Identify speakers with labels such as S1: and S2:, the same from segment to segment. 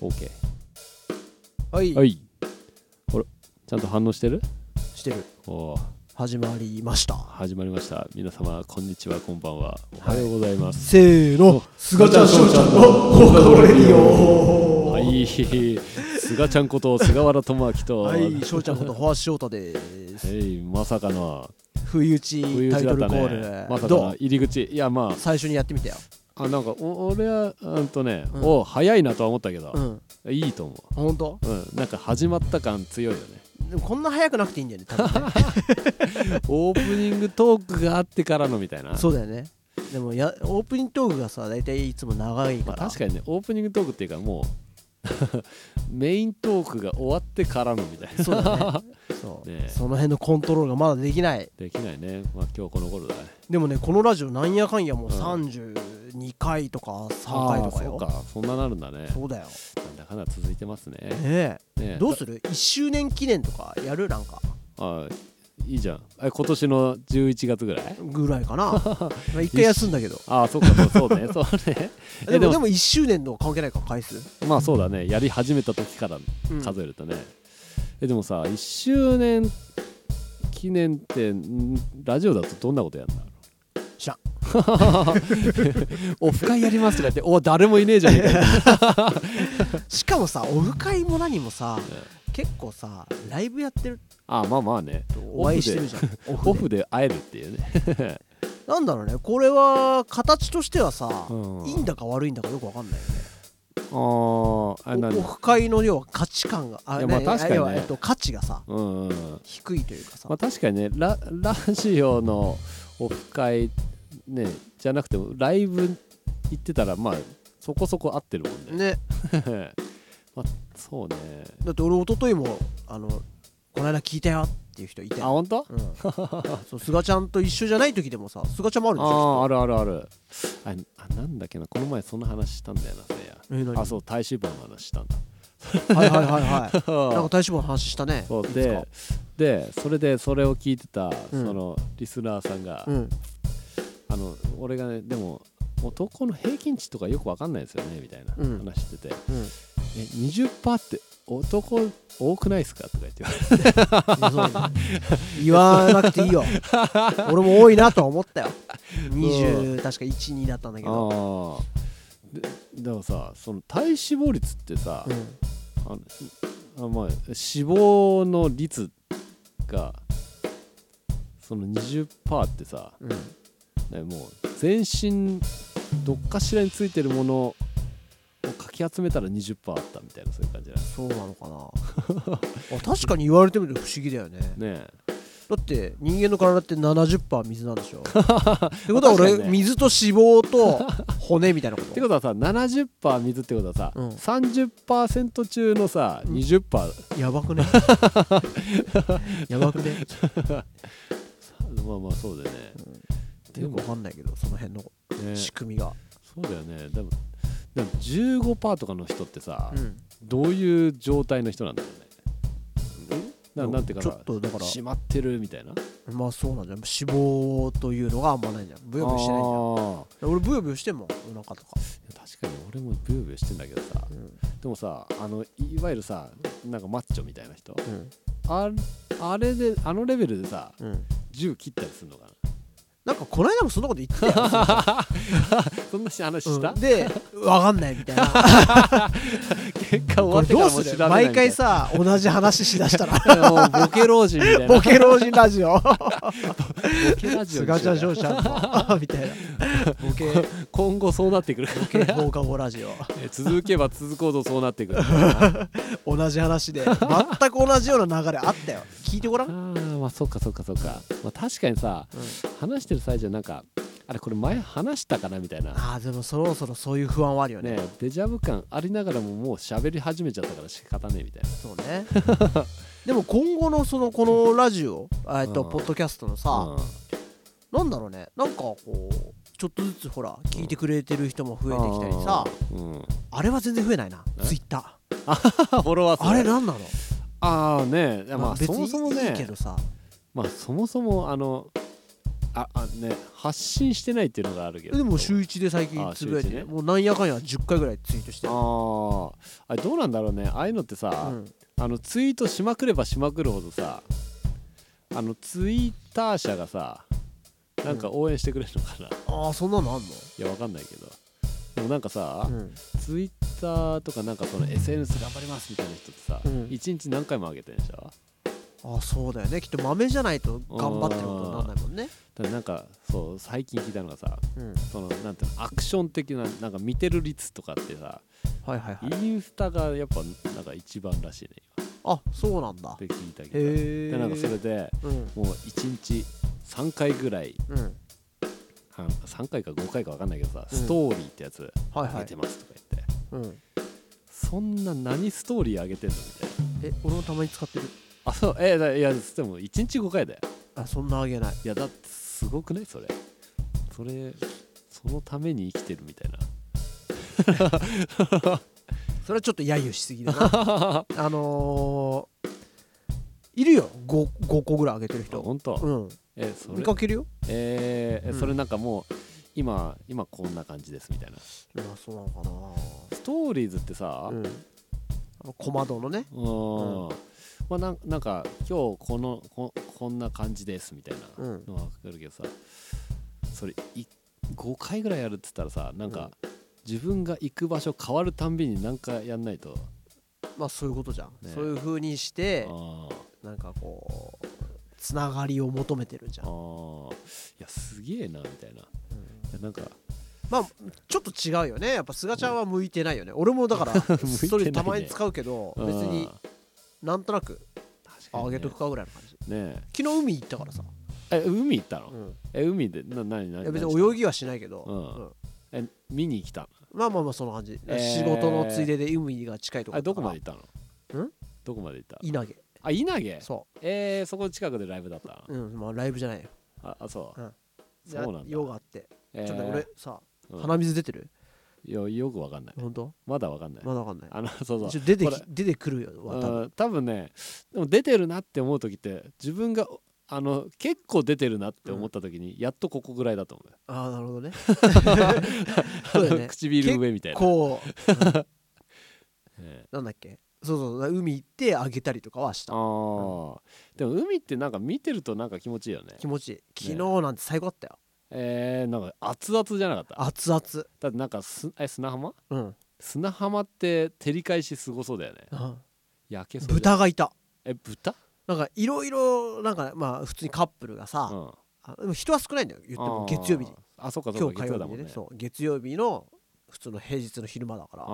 S1: OK
S2: はい、
S1: はいほらちゃんと反応してる
S2: してる
S1: おー
S2: 始まりました
S1: 始まりました皆様こんにちはこんばんはおはようございます
S2: せーのすがちゃんしょうちゃんの放課後レディオ
S1: はい 菅ちゃんこと菅原智明と
S2: は、
S1: はい
S2: しょうちゃんことフォアショータです
S1: いまさかの
S2: 不意打ち
S1: 不意打
S2: タイ
S1: ち
S2: ト
S1: だった
S2: ルコール、
S1: ねまさか
S2: ど
S1: の
S2: う
S1: 入り口いやま
S2: 最初にやってみたよ
S1: ああなんかお俺はうんとね、
S2: うん
S1: お早いなとは思ったけど
S2: う、ん
S1: いいと思
S2: 本当
S1: ううんなんか始まった感強いよね
S2: でもこんな早くなくていいんだよね多 分ね
S1: オープニングトークがあってからのみたいな
S2: そうだよねでもやオープニングトークがさ大体いつも長い
S1: ま
S2: か
S1: あ、
S2: ら、
S1: 確かにねオープニングトークっていうかもう メイントークが終わってからのみたいな
S2: そ うだねそう
S1: ねえ
S2: その辺のコントロールがまだできない
S1: できないね、まあ、今日この頃だね
S2: でもねこのラジオなんやかんやもううん32回とか3回とかよ、
S1: あーそうかそんななるんだね
S2: そうだよ
S1: なんだかんだ続いてますね
S2: ね
S1: ね
S2: えどうする1周年記念とかやるなんか
S1: あーいいじゃんえ今年の11月ぐらい
S2: ぐらい かなまあ一回休んだけど
S1: ああそうかそうそうねそうねえで
S2: でも
S1: も
S2: でも1周年の関係ないから回数
S1: まあそうだねやり始めた時から
S2: うん
S1: 数えるとね、えでもさ1周年記念ってんラジオだとどんなことやるんだ ろう
S2: 知らん
S1: オフ会やりますとか言ってお誰もいねえじゃねえか
S2: しかもさオフ会も何もさ
S1: う
S2: 結構さライブやってる
S1: あまあまあね
S2: とお会いしてるじゃんオフ
S1: オ
S2: で
S1: フで会えるっていうね、
S2: なんだろうねこれは形としてはさ、
S1: うん
S2: いいんだか悪いんだかよくわかんないよね
S1: あああ
S2: オ
S1: 何
S2: フ会の要は価値観があ
S1: いやまあ
S2: ね
S1: 確かにね
S2: 要はえっと、価値がさ
S1: うんうん
S2: 低いというかさ、
S1: まあ確かにねララジオのオフ会ねじゃなくてもライブ行ってたらまあそこそこ合ってるもんね
S2: ね
S1: まあそうね
S2: だって俺一昨日もあのこの間聞いたよっていう人いて
S1: あ本当
S2: うん、そう菅ちゃんと一緒じゃない時でもさ菅ちゃんもあるで
S1: あ
S2: し
S1: あ
S2: ょ
S1: あるあるあるああなんだっけなこの前そんな話したんだよなせいや
S2: え何
S1: あそう体脂肪の話したんだ
S2: はいはいはいはいなんか体脂肪の話したね
S1: そう
S2: いつか
S1: ででそれでそれを聞いてた、
S2: うん
S1: そのリスナーさんが、
S2: うん
S1: あの俺がねでも男の平均値とかよくわかんないですよねみたいな
S2: うん
S1: 話してて、
S2: うん、
S1: え20%って男多くないですかとか言って言われて
S2: そうだね言わなくていいよ俺も多いなとは思ったよ20確か12だったんだけど、
S1: あーででもさその体脂肪率ってさ、
S2: うん、
S1: あのあまあ脂肪の率がその20%ってさ、
S2: うん
S1: ねもう全身どっかしらについてるものをかき集めたら20%あったみたいなそういう感じだね
S2: そうなのかなあ確かに言われてみると不思議だよね
S1: ね
S2: だって人間の体って70%水なんでしょってことは
S1: 確か
S2: 俺、
S1: にね
S2: 水と脂肪と骨みたいなこ
S1: え
S2: と
S1: ってことはさ70%水ってことはさ、
S2: うん
S1: 30%中のさ20%、
S2: やばく ねやばくね
S1: まあまあそうだよね、
S2: よくわかんないけどその辺の
S1: ね
S2: 仕組みが、
S1: そうだよねでもでも15%とかの人ってさ、
S2: うん
S1: どういう状態の人なんだろうねななんていうか
S2: ちょ
S1: な
S2: っとだから
S1: 閉まってるみたいな
S2: まあそうなんじゃん脂肪というのがあんまないじゃんブヨブヨしてないじゃん
S1: あ
S2: 俺ブヨブヨしてんもんお腹とか、
S1: ー確かに俺もブヨブヨしてんだけどさ
S2: うん
S1: でもさあのいわゆるさなんかマッチョみたいな人
S2: うん
S1: ああれであのレベルでさ
S2: うん、
S1: 銃切ったりするのか
S2: なんかこの間もそんなこと言ってたよ
S1: なそんな話
S2: う
S1: し
S2: ん
S1: た、
S2: でわかんないみたいな
S1: 結果終わ
S2: こ
S1: っ
S2: れ
S1: てか
S2: ど
S1: らも
S2: うす
S1: 知
S2: る
S1: らない
S2: 毎
S1: みたい
S2: 回
S1: な
S2: さ同じ話しだし たら
S1: もうボケ老人みたいな
S2: ボケ老人ラジオ
S1: ボケラジオに
S2: 菅
S1: し
S2: ちゃ
S1: よ
S2: ん
S1: う
S2: 翔ちゃんの みたいなボケボ
S1: 今後そうなってくる
S2: ケ放課後ラジオ
S1: え続けば続こうとそうなってくる
S2: 同じ話で全く同じような流れあったよ聞いてごら
S1: あ
S2: ん、
S1: ーまあそっかそっかそっか、まあ、確かにさ話してる際じゃなんかあれこれ前話したかなみたいな
S2: ああでもそろそろそういう不安はあるよね
S1: ねデジャブ感ありながらももう喋り始めちゃったから仕方ねえみたいな
S2: そ うねでも今後のそのこのラジオえっと、
S1: うん
S2: ポッドキャストのさ、
S1: う
S2: なんだろうねなんかこうちょっとずつほら聞いてくれてる人も増
S1: ん
S2: えてきたりさ、
S1: うん
S2: あれは全然増えないな
S1: え
S2: ツイッタ
S1: フォロワー数
S2: ーあれなんなの、
S1: ああねいやまあ
S2: 別
S1: そ
S2: に
S1: もそも
S2: いいけ
S1: ね
S2: どさ
S1: まあそもそもあのああね発信してないっていうのがあるけど
S2: でも週一で最近
S1: あ
S2: つぶやいて
S1: 週一
S2: ね
S1: ね
S2: もうなんやかんや10回ぐらいツイートして
S1: あ
S2: る
S1: ーあれどうなんだろうねああいうのってさ、
S2: うん
S1: あのツイートしまくればしまくるほどさあのツイッター社がさなんか応援してくれるのかな、い
S2: ああそんなのあんの
S1: やわかんないけどでもなんかさ、
S2: うん
S1: ツイッターとかなんかその SNS 頑張りますみたいな人ってさ、
S2: うん
S1: 一日何回も上げてるでしょ
S2: ああそうだよねきっと豆じゃないと頑張ってることにならないもんね
S1: ただなんかそう最近聞いたのがさ
S2: うん
S1: そのなんていうのアクション的ななんか見てる率とかってさ、
S2: はいはいはい
S1: インスタがやっぱなんか一番らしいね
S2: あそうなんだ
S1: 今って聞いたけど
S2: へえ
S1: でなんかそれで
S2: うん
S1: もう1日3回ぐらい
S2: うん
S1: あ3回か5回か分かんないけどさ、
S2: うん
S1: ストーリーってやつ
S2: はいは
S1: 上げ
S2: い
S1: てますとか言って、
S2: うん
S1: そんな何ストーリー上げてんのみたいな
S2: え俺もたまに使ってる
S1: あそうえだいやつっても1日5回だよ
S2: あそんなあげない
S1: いやだってすごくないそれそれそのために生きてるみたいな
S2: それはちょっと揶揄しすぎだな あのー、いるよ 5, 5個ぐらいあげてる
S1: あ
S2: 人
S1: 本当、
S2: うん
S1: えそれ
S2: 見かけるよ
S1: えーえ
S2: うん
S1: それなんかもう今今こんな感じですみたいなス
S2: まあそうなのか
S1: トーリーズってさ、
S2: なうんあの小窓のね
S1: うーんまあなんなんか今日このここんな感じですみたいな
S2: うん
S1: のは分かるけどさそれい5回ぐらいやるって言ったらさなんか自分が行く場所変わるたんびになんかやんないと
S2: まあそういうことじゃん、
S1: ね
S2: そういうふうにして
S1: あー
S2: なんかこうつながりを求めてるじゃ
S1: あ
S2: ん、
S1: ーいやすげえなみたいない
S2: うん
S1: やなんか
S2: まあちょっと違うよねやっぱ菅ちゃんは向いてないよね、俺もだから ストーリーたまに使うけど、
S1: うん
S2: 別になんとなく
S1: 確か
S2: あ
S1: にね
S2: あげとくかぐらいの感じ
S1: ね
S2: 昨日海行ったからさ、
S1: ええ海行ったの、
S2: うん
S1: え海でな何何
S2: いや別
S1: 何
S2: に泳ぎはしないけど、
S1: うん
S2: うん
S1: え見に来たの
S2: まあまあまあそんな感じ、
S1: えー
S2: 仕事のついでで海が近いとこ
S1: あ
S2: ろ
S1: どこまで行ったの
S2: ん
S1: どこまで行った
S2: 稲毛
S1: あ稲毛
S2: そ
S1: えー、そこの近くでライブだった
S2: ううんまあライブじゃないよ
S1: ああそう、
S2: うん
S1: そうなんだ
S2: 用があって
S1: えー
S2: ちょっとね俺さ、
S1: うん
S2: 鼻水出てる
S1: いやよくわかんない
S2: 本当
S1: まだわかんない、
S2: まだわかんない
S1: あのそうそ
S2: ちょ出て
S1: これ
S2: き出てくるよ
S1: う
S2: わ多分
S1: うん多分ねでも出てるなって思う時って自分があの結構出てるなって思った時に、やっとここぐらいだと思う
S2: ああなるほど ね
S1: あ
S2: そうだよ
S1: の
S2: ね
S1: 唇上みたいな、
S2: こう
S1: ええ
S2: なんだっけそうそう海行ってあげたりとかはし
S1: あ
S2: た
S1: ーでも海ってなんか見てるとなんか気持ちいいよね
S2: 気持ちいい昨日なんて最高だったよ
S1: えー、なんか熱々じゃなかった
S2: 熱々
S1: だってなんかすえ砂浜
S2: うん
S1: 砂浜って照り返しすごそうだよね
S2: うん
S1: 焼けそうじゃん
S2: 豚がいた
S1: え豚
S2: なんかいろいろなんかまあ普通にカップルがさ
S1: うん
S2: あでも人は少ないんだよ言っても
S1: あー
S2: 月曜日に
S1: あそうかそ
S2: 今
S1: う
S2: 日
S1: か月
S2: 火
S1: 曜
S2: 曜
S1: だ
S2: 日
S1: もん
S2: で
S1: ね
S2: ねそう月曜日の普通の平日の昼間だから
S1: あ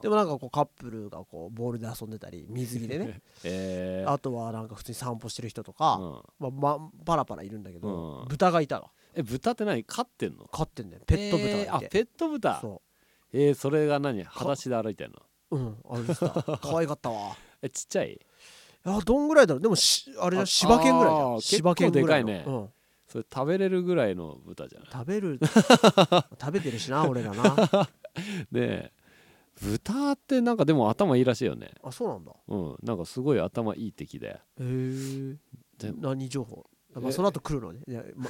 S2: でもなんかこうカップルがこうボールで遊んでたり水着でね
S1: えー
S2: あとはなんか普通に散歩してる人とか、
S1: うん
S2: まあまあ、パラパラいるんだけど、
S1: うん
S2: 豚がいたわ
S1: え豚って何飼ってんの
S2: 飼ってんだよペット豚がいて、
S1: えーあペット豚
S2: そ
S1: えーそれが何裸足で歩いてんの
S2: ううんあれさ可愛かったわ
S1: えちっちゃい
S2: あどんぐらいだろうでもしあれじゃ
S1: あ
S2: 柴犬ぐらいじ
S1: あ
S2: ゃ
S1: ー
S2: ん柴犬
S1: 結構
S2: ぐ
S1: でから
S2: い
S1: い
S2: の
S1: ね
S2: うん、
S1: それ食べれるぐらいの豚じゃない
S2: 食 べる食べてるしな俺らな
S1: で豚ってなんかでも頭いいらしいよね
S2: あそうなんだ
S1: うんなんかすごい頭いい敵で
S2: へえ
S1: でも
S2: 何情報まあ、
S1: え
S2: その後来るのねいや、 ま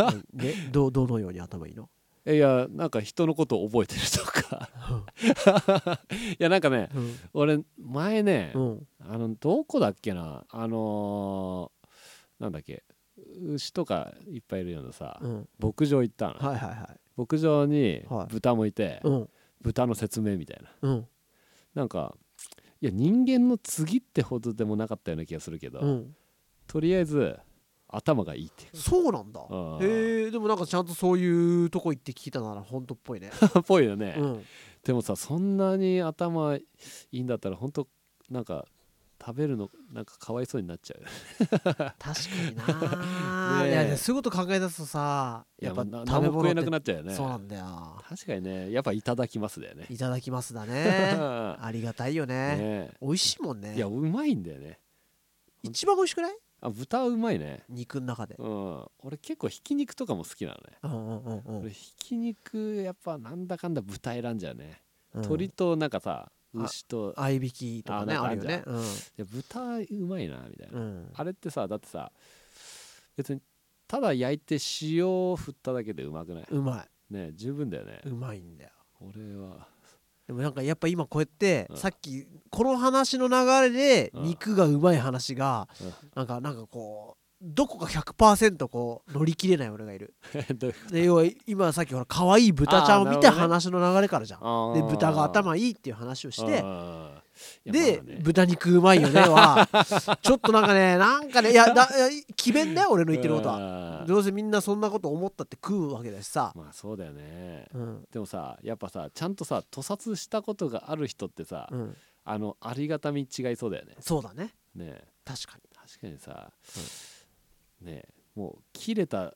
S2: 何ねどうどのように頭いいの
S1: えいやなんか人のことを覚えてると かいやなんかね
S2: うん、
S1: 俺前ね、
S2: うん、
S1: あのどこだっけなあのーなんだっけ牛とかいっぱいいるようなさ、
S2: うん
S1: 牧場行ったの、
S2: はいはいは
S1: 牧場に
S2: はい
S1: 豚もいて、
S2: いうん
S1: 豚の説明みたいな
S2: うん
S1: なんかいや人間の次ってほどでもなかったような気がするけど、
S2: うん
S1: とりあえず頭がいいっていう
S2: そうなんだ
S1: あー
S2: へえでもなんかちゃんとそういうとこ行って聞いたなら本当っぽい ね
S1: っ ぽいよね、
S2: うん
S1: でもさそんなに頭いいんだったら本当なんか食べるのなんかかわいそうになっちゃう
S2: 確かにな
S1: ねえ
S2: いやいやそういうこと考え出すとさやっぱ
S1: いやまあ
S2: 食べ
S1: 何も食
S2: 物
S1: え
S2: っ
S1: な
S2: て
S1: くなっちゃうよね
S2: そうなんだよ
S1: 確かにねやっぱいただきますだよね
S2: いただきますだ ね
S1: ね
S2: ありがたいよね
S1: え
S2: 美味しいもんね
S1: いやうまいんだよね
S2: 一番美味しくない
S1: あ豚はうまいね
S2: 肉の中で
S1: うん俺結構ひき肉とかも好きなのね
S2: うんうんうんう
S1: 俺
S2: ん
S1: ひき肉やっぱなんだかんだ豚選んじゃうね、
S2: うん
S1: 鶏となんかさ
S2: あ
S1: 牛と
S2: 合いびきとかね
S1: あ
S2: あ
S1: な
S2: る
S1: ん
S2: よ
S1: かある
S2: ね
S1: じいや豚うまいなみたいな、
S2: うんうん
S1: あれってさだってさ別にただ焼いて塩を振っただけでうまくないう
S2: ま
S1: ね十分だよね
S2: いうまいんだよ
S1: これは
S2: でもなんかやっぱ今こうやって、
S1: うん
S2: さっきこの話の流れで
S1: うん
S2: 肉がうまい話が、
S1: うん
S2: なんかなんかこうどこか100%こう乗り切れない俺がいる
S1: どういう
S2: で要は今さっきほら可愛い豚ちゃんを見
S1: あーなるほど
S2: た
S1: ね
S2: 話の流れからじゃん、
S1: あ
S2: で
S1: ー
S2: 豚が頭いいっていう話をして
S1: あーいやま
S2: で、
S1: あね
S2: 豚肉うまいよねはちょっとなんかねなんかねいやだいや詭弁だよ俺の言ってることは
S1: は
S2: どうせみんなそんなこと思ったって食うわけだしさ、
S1: まあそうだよね
S2: うん
S1: でもさやっぱさちゃんとさ屠殺したことがある人ってさ、
S2: うん、
S1: あのありがたみ違いそうだよね
S2: そうだね
S1: ねえ
S2: 確かに
S1: 確かにさ、ねえもう切れた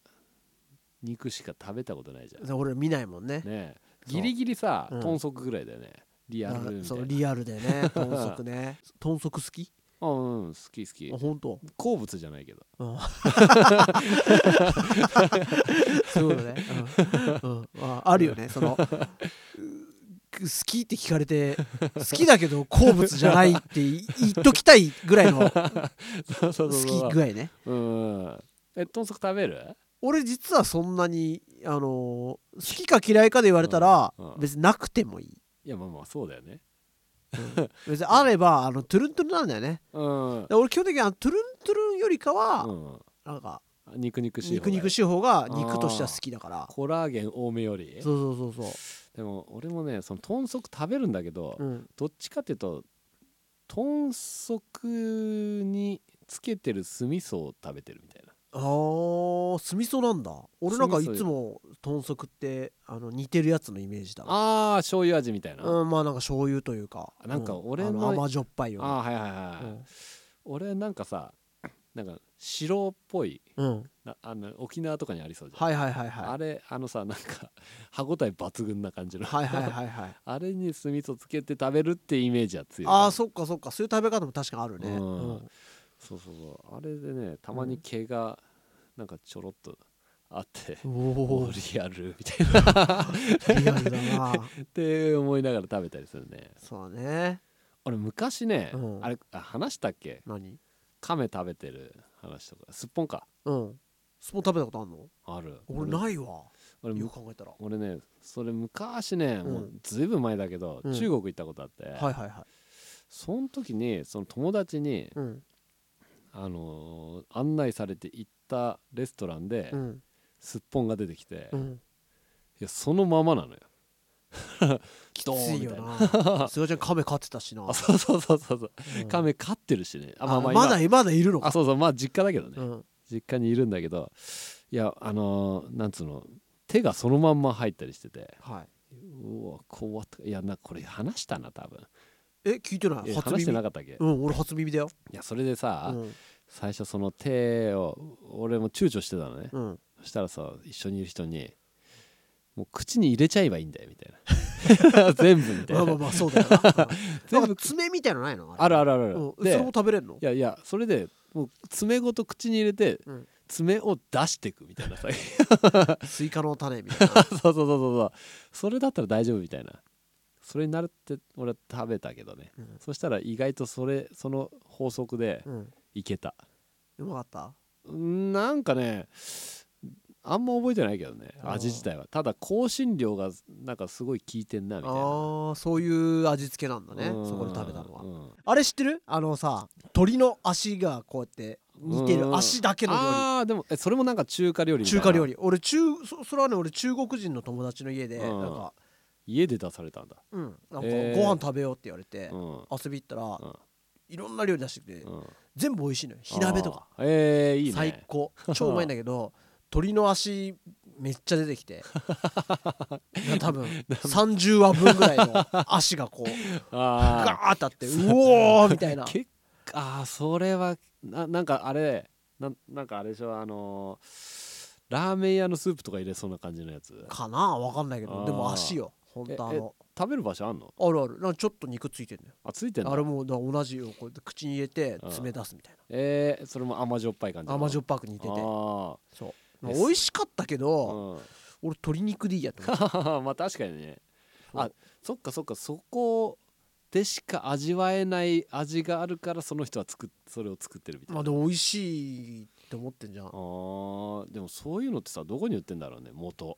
S1: 肉しか食べたことないじゃんね
S2: で俺見ないもんね
S1: え
S2: そう
S1: ギリギリさ、
S2: うん
S1: 豚足ぐらいだよねリアルみたい
S2: あ
S1: な
S2: そうリアルでね豚足ね豚足好き
S1: あうん好き好き
S2: あ本当、
S1: 好物じゃないけど
S2: うんそうだね、うんうんああるよねそのう好きって聞かれて好きだけど好物じゃないって言い言っときたいぐ らいの
S1: そうそ
S2: 好き具合ね
S1: うんえ豚足食べる
S2: 俺実はそんなにあのー好きか嫌いかで言われたら
S1: うんうん
S2: 別になくてもいい
S1: いやまあまあそうだよね
S2: 別にあればあのトゥルントゥルンなんだよね
S1: うん、う
S2: で俺基本的にあのトゥルントゥルンよりかは
S1: ん、
S2: なんか
S1: 肉肉しい
S2: 肉肉
S1: しい
S2: しい方が肉としては好きだから
S1: コラーゲン多めより
S2: そうそうそう
S1: でも俺もねその豚足食べるんだけど、
S2: そう、うん、
S1: どっちかっていうと豚足につけてる酢味噌を食べてるみたいな
S2: あー酢味噌なんだ俺なんかい
S1: 酢味噌
S2: つも豚足ってあの似てるやつのイメージだわ
S1: あー醤油味みたいな、あ
S2: うんまあなんか醤油というか
S1: なんか
S2: う
S1: 俺の
S2: あ甘じょっぱいよ
S1: あーはいはいはい、俺なんかさなんか白っぽい
S2: うん、うん、
S1: なあの沖縄とかにありそうじゃん、
S2: はいはいはいはい
S1: あれあのさなんか 歯ごたえ抜群な感じの、
S2: はいはいはいはい
S1: あれに酢味噌つけて食べるってイメージは強い
S2: ああそっかそっかそういう食べ方も確かにあるね、
S1: うん
S2: うん
S1: そうそうそうあれでねたまに毛がなんかちょろっとあって、
S2: お
S1: お
S2: お
S1: ーリアルみたいな
S2: リアルだな
S1: って思いながら食べたりするね
S2: そうだね
S1: 俺昔ね、
S2: うん
S1: あれあ話したっけ
S2: 何
S1: 亀食べてる話とかすっぽんか
S2: うんスポン食べたことあるの
S1: ある
S2: 俺ないわ
S1: 俺
S2: よ
S1: む
S2: く考えたらは
S1: 俺ねそれ昔ね、
S2: うん
S1: もうずいぶん前だけど、
S2: うん
S1: 中国行ったことあって、
S2: いはいはい
S1: その時にその友達に、
S2: うん
S1: あのー案内されて行ったレストランで、
S2: うん
S1: すっぽんが出てきて、
S2: う
S1: い
S2: ん
S1: やそのままなのよき
S2: きついよな。すがちゃん亀飼ってたしな。
S1: あそうそうそうそうそう
S2: うん
S1: 亀飼ってるしねあ
S2: あ
S1: まあまあ
S2: ま
S1: 今
S2: だまだいるの
S1: あ
S2: か。
S1: そうそうまあ実家だけどね、
S2: うん
S1: 実家にいるんだけどいやあのーなんつうの手がそのまんま入ったりしてて
S2: はい。
S1: うわ怖っいやなこれ話したな多分
S2: え聞いてない。
S1: え
S2: 初
S1: 話して
S2: 耳
S1: な。かったっけ、
S2: う
S1: い
S2: ん俺初耳だよ。
S1: やそれで
S2: う
S1: さ、
S2: ん
S1: 最初その手を俺も躊躇してたのね、
S2: うん。
S1: そしたらさ一緒にいる人に「もう口に入れちゃえばいいんだよ」みたいな 全部みた
S2: まあ
S1: い
S2: まあ
S1: な
S2: まあそう だよな。
S1: 全
S2: なん
S1: 部
S2: か爪みたいのないの？
S1: あるあ
S2: る。
S1: るあるあ
S2: うん
S1: る、
S2: そ
S1: で
S2: れも食べれるの
S1: い？やいやそれでもう爪ごと口に入れて、
S2: うん
S1: 爪を出していくみたいなさそう
S2: スイカの種みたいな。
S1: そうそうそうそうそれだったら大丈夫みたいなそれになるって俺は食べたけどね、
S2: うん
S1: そしたら意外とそれその法則で
S2: うん。
S1: いけた、
S2: うまかった。
S1: なんかねあんま覚えてないけどね
S2: あー
S1: 味自体はただ香辛料がなんかすごい効いてんなみたいな
S2: ああそういう味付けなんだね。
S1: うん
S2: そこで食べたのは
S1: う。ん
S2: あれ知ってる？あのさ鳥の足がこうやって似て
S1: うん
S2: る足だけの料理。
S1: ああでもえそれもなんか中華料理みたい
S2: 中
S1: な
S2: 華料理俺中そそれはね俺中国人の友達の家で
S1: うん
S2: なんか,、
S1: 家で出されたんだ、
S2: うんなんか
S1: えー
S2: ご飯食べようって言われて、
S1: うん
S2: 遊び行ったら、
S1: ん
S2: いろんな料理出してきて、
S1: うん
S2: 全部美味しいのよ火鍋とか
S1: あーえー、いいね
S2: 最高超うまいんだけど鳥の足めっちゃ出て きてな多分30話分ぐらいの 足がこうガ
S1: あ
S2: ーッてあってうおーみたい
S1: あ
S2: な
S1: 結構あーそれはななんかあれなんなんかあれでしょあのーラーメン屋のスープとか入れそうな感じのやつ
S2: かなわかんないけ
S1: あ
S2: ど
S1: ー
S2: でも足よ本当あの
S1: 食べる場所あんの
S2: あるあるなんかちょっと肉ついてんだよ
S1: あついてん
S2: あ
S1: だ
S2: れもだから同じよこうやって口に入れて
S1: うん
S2: 爪出すみたい
S1: えー、それも甘じょっぱい感じ
S2: な甘じょ
S1: っ
S2: っぱく似てて
S1: あ
S2: そうまあ美味しかったけ
S1: あ、
S2: ど
S1: うん、
S2: 俺鶏肉でいいやと思って
S1: まあ確かにね
S2: そう
S1: あそっかそっかそこでしか味わえない味があるからその人は作っそれを作ってるみたい
S2: まあ
S1: な
S2: でも美味しいって思ってんじゃん
S1: あーでもそういうのってさどこに売ってんだろうね元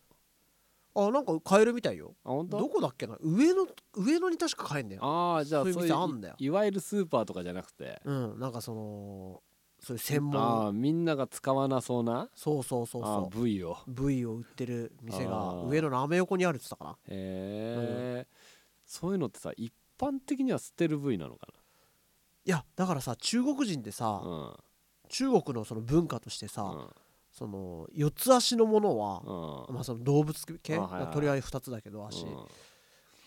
S2: あなんか買えるみたいよ
S1: あ本
S2: ど
S1: 当
S2: こだっけな上野上野に確か買えんだよ
S1: ああじゃあ
S2: そういう
S1: そうい
S2: 店あんだ
S1: う
S2: よ
S1: いいわゆるスーパーとかじゃなくて
S2: うんなんかそのそういう専門
S1: あーみんなが使わなそうな
S2: そうそうそう
S1: あ
S2: そ
S1: ー部位を
S2: う部位を売ってる店
S1: あ
S2: が
S1: ー
S2: 上野のアメ横にあるって言ってたかな
S1: へえ、そういうのってさ一般的には捨てる部位なのか
S2: いやだからさ中国人って
S1: な
S2: さ、
S1: うん
S2: 中国のその文化としてさ、
S1: うん
S2: その四つ足のものは、
S1: うん
S2: まあ、その動物系、
S1: あはいはい
S2: 鳥は2つだけど足、
S1: うん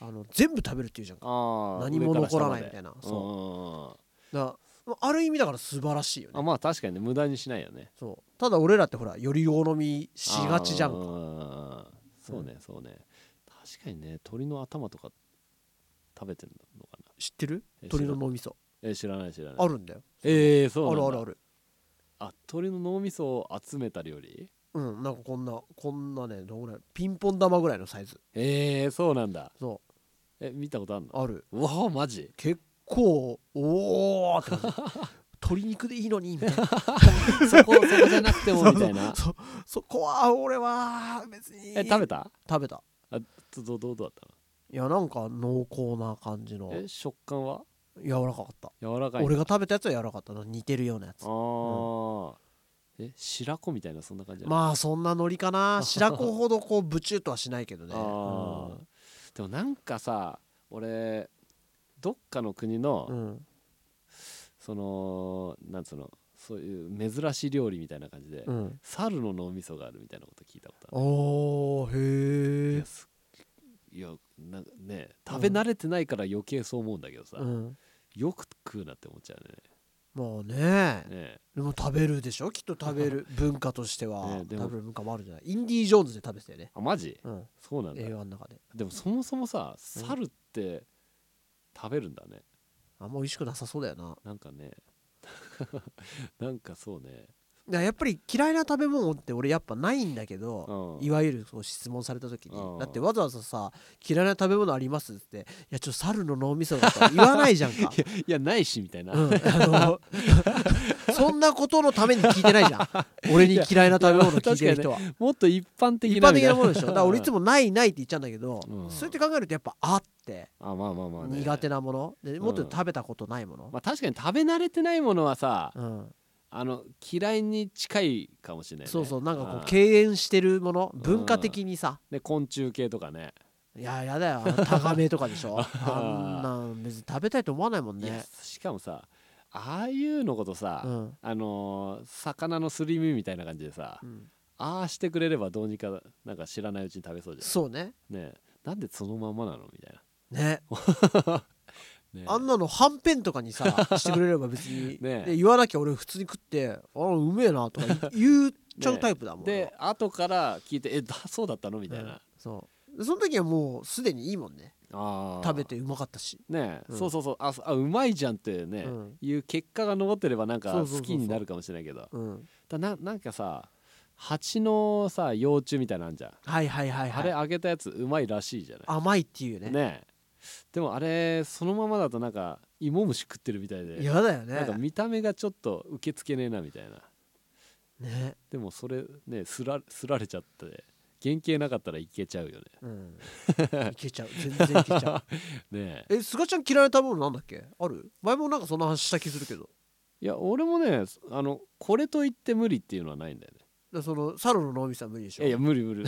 S2: あの全部食べるっていうじゃんか
S1: あー
S2: 何も
S1: 上から下
S2: 残ら
S1: ま
S2: ない
S1: で
S2: みたいな
S1: うんうんうん
S2: だからある意味だから素晴らしいよ
S1: あ
S2: ね
S1: まあ確かにね無駄にしないよね
S2: そうただ俺らってほらより好みしがちじゃん
S1: う
S2: か
S1: んそうねそうね確かにね鳥の頭とか食べてるのかな
S2: 知ってる
S1: え
S2: 鳥の脳みそ
S1: え知らない知らない
S2: あるんだよ
S1: えー、そう
S2: あ
S1: なん
S2: る
S1: だ
S2: あるある
S1: あ鳥の脳みそを集めた料理
S2: うんなんかこんなこんなねどんぐらいピンポン玉ぐらいのサイズ
S1: えー、そうなんだ
S2: そ
S1: え見たことある
S2: う
S1: の
S2: ある
S1: うわあマジ
S2: 結構おおって 感じ鶏肉でいいのにみたいな
S1: そこそこじゃなくてもみたいな
S2: そそこは俺は別に
S1: え食べた
S2: 食べた
S1: あどどどうだった
S2: いやなんか濃厚な感じの
S1: のえ食感は
S2: 柔らかかった
S1: 柔らかい
S2: 俺が食べたやつは柔らかかったな似てるようなやつ
S1: あー、え白子みたいなそんな感じなの
S2: まあそんなノリ かな白子ほどこうブチューとはしないけどね
S1: あーでもなんかさ俺どっかの国の、
S2: うんうん
S1: そのなんつうのそういう珍しい料理みたいな感じで、
S2: うん
S1: 猿の脳みそがあるみたいなこと聞いたことあ
S2: お
S1: るい
S2: ーへえ
S1: やすいやなんかね食べ慣れてないから余計そう思うんだけどさ、
S2: うん
S1: よく食うなって思っちゃう
S2: まあね
S1: ねね
S2: でも食べるでしょきっと 食べる文化としては
S1: ねでも
S2: 食べる文化もあるんじゃないインディ・ージョーンズで食べてたよね
S1: あマジ
S2: うん
S1: そうなんだ
S2: 映画の中で
S1: でもそもそもさ
S2: うん
S1: 猿って食べるんだね
S2: あんま美味しくなさそうだよな
S1: なんかね なんかそうね
S2: いややっぱり嫌いな食べ物って俺やっぱないんだけど、
S1: うん
S2: いわゆるそう質問された時に、
S1: うん
S2: だってわざわざさ「嫌いな食べ物あります?」って「いやちょっと猿の脳みそだ」とは言わないじゃん か
S1: い、やいやないしみたいな、
S2: うん、あの そんなことのために聞いてないじゃ ん俺に嫌いな食べ物聞いてる人は、
S1: もっと一般的な
S2: 一般的なも
S1: の
S2: のでしょだから俺いつも「ないない」って言っちゃうんだけど、
S1: うん
S2: そうやって考えるとやっぱ「あ」って
S1: あまあまあまあ、ね、
S2: 苦手なもので
S1: うん
S2: もっと食べたことないもの、
S1: まあ確かに食べ慣れてないものはさ、
S2: うん
S1: あの嫌いに近いかもしれない、ね、
S2: そうそうなんかこう
S1: あー
S2: 敬遠してるもの文化的にさ、
S1: で昆虫系とかね
S2: いややだよあのタガメとかで しょあ
S1: あ
S2: んなん別に食べたいと思わないもん
S1: いや
S2: ね
S1: しかもさああいうのことさ、
S2: うん、
S1: あのー魚のすり身みたいな感じでさ、
S2: うん
S1: ああしてくれればどうにかなんか知らないうちに食べそうじ
S2: そうね
S1: ゃんねえなんでそのままなのみたい
S2: ね
S1: なね
S2: あんなのはんぺんとかにさしてくれれば別 に、
S1: ね
S2: で言わなきゃ俺普通に食って「あうめえな」と か言うちゃうタイプだもん、
S1: で後から聞いてえだそうだったのみ
S2: み
S1: たいな、
S2: そうでその時はもうすでにいいもんね
S1: あー
S2: 食べてうまかったし
S1: ねえ、
S2: うん
S1: そうそうそうあそあうまいじゃんってね、
S2: うん
S1: いう結果が残ってればなんか
S2: そうそうそうそう
S1: 好きになるかもしれないけど
S2: うん
S1: だななんかさ蜂のさ幼虫みたいなのあんじゃん、
S2: はいはいはい
S1: あれ
S2: はい
S1: 揚げたやつうまいらしいじゃない
S2: 甘いっていうね
S1: ねえでもあれそのままだとなんか芋虫食ってるみたいで
S2: 嫌だよ
S1: なんか
S2: ね
S1: 見た目がちょっと受け付けねえなみたいな
S2: ね、
S1: でもそれねすらすられちゃって原型なかったらいけちゃうよ ね
S2: うん、いけちゃう全然いけちゃう
S1: ねえ
S2: えすがちゃん嫌いな食べ物なんだっけある前もなんかそんな話した気するけど
S1: いや俺もねあのこれといって無理っていうのはないんだよね
S2: でその猿の脳みそは無理でし
S1: い
S2: ょ
S1: やいや無理無理 い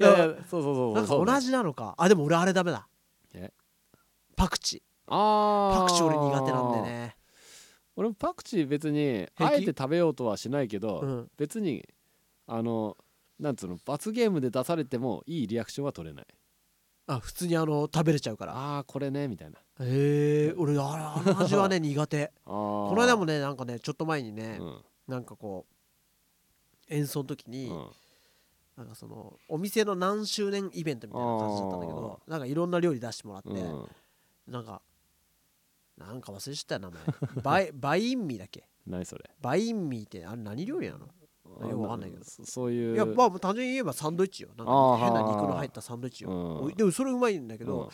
S1: やいやそうそうそうそう
S2: なんか
S1: そうだ
S2: 同じなのかあでも俺あれダメだ
S1: え
S2: パクチー
S1: あ
S2: パクチー俺苦手なんでね
S1: 俺もパクチー別に
S2: 平
S1: あ
S2: 気
S1: えて食べようとはしないけど、
S2: うん
S1: 別にあのなんつうの罰ゲームで出されてもいいリアクションは取れない
S2: あ普通にあの食べれちゃうから
S1: ああーこれねみたいな
S2: へえ俺ああの味 はね苦手
S1: あー
S2: この間もねなんかねちょっと前に
S1: う
S2: ね、
S1: ん
S2: なんかこう演奏の時に、
S1: うん
S2: なんかそのお店の何周年イベントみたいな感じだったんだけどなんかいろんな料理出してもらって、
S1: うん
S2: なんかなんか忘れちゃったよ名前 バイバインミーだっけ
S1: 何それ
S2: バインミーってあれ何料理なのよくわかんないけど
S1: あそそういう
S2: い
S1: い
S2: やまあ単純に言えばサンドイッチよなんか
S1: あー
S2: 変な
S1: は
S2: 肉
S1: ー
S2: の
S1: はー
S2: 入ったサンドイッチよ、
S1: うん
S2: おいでもそれうまいんだけど、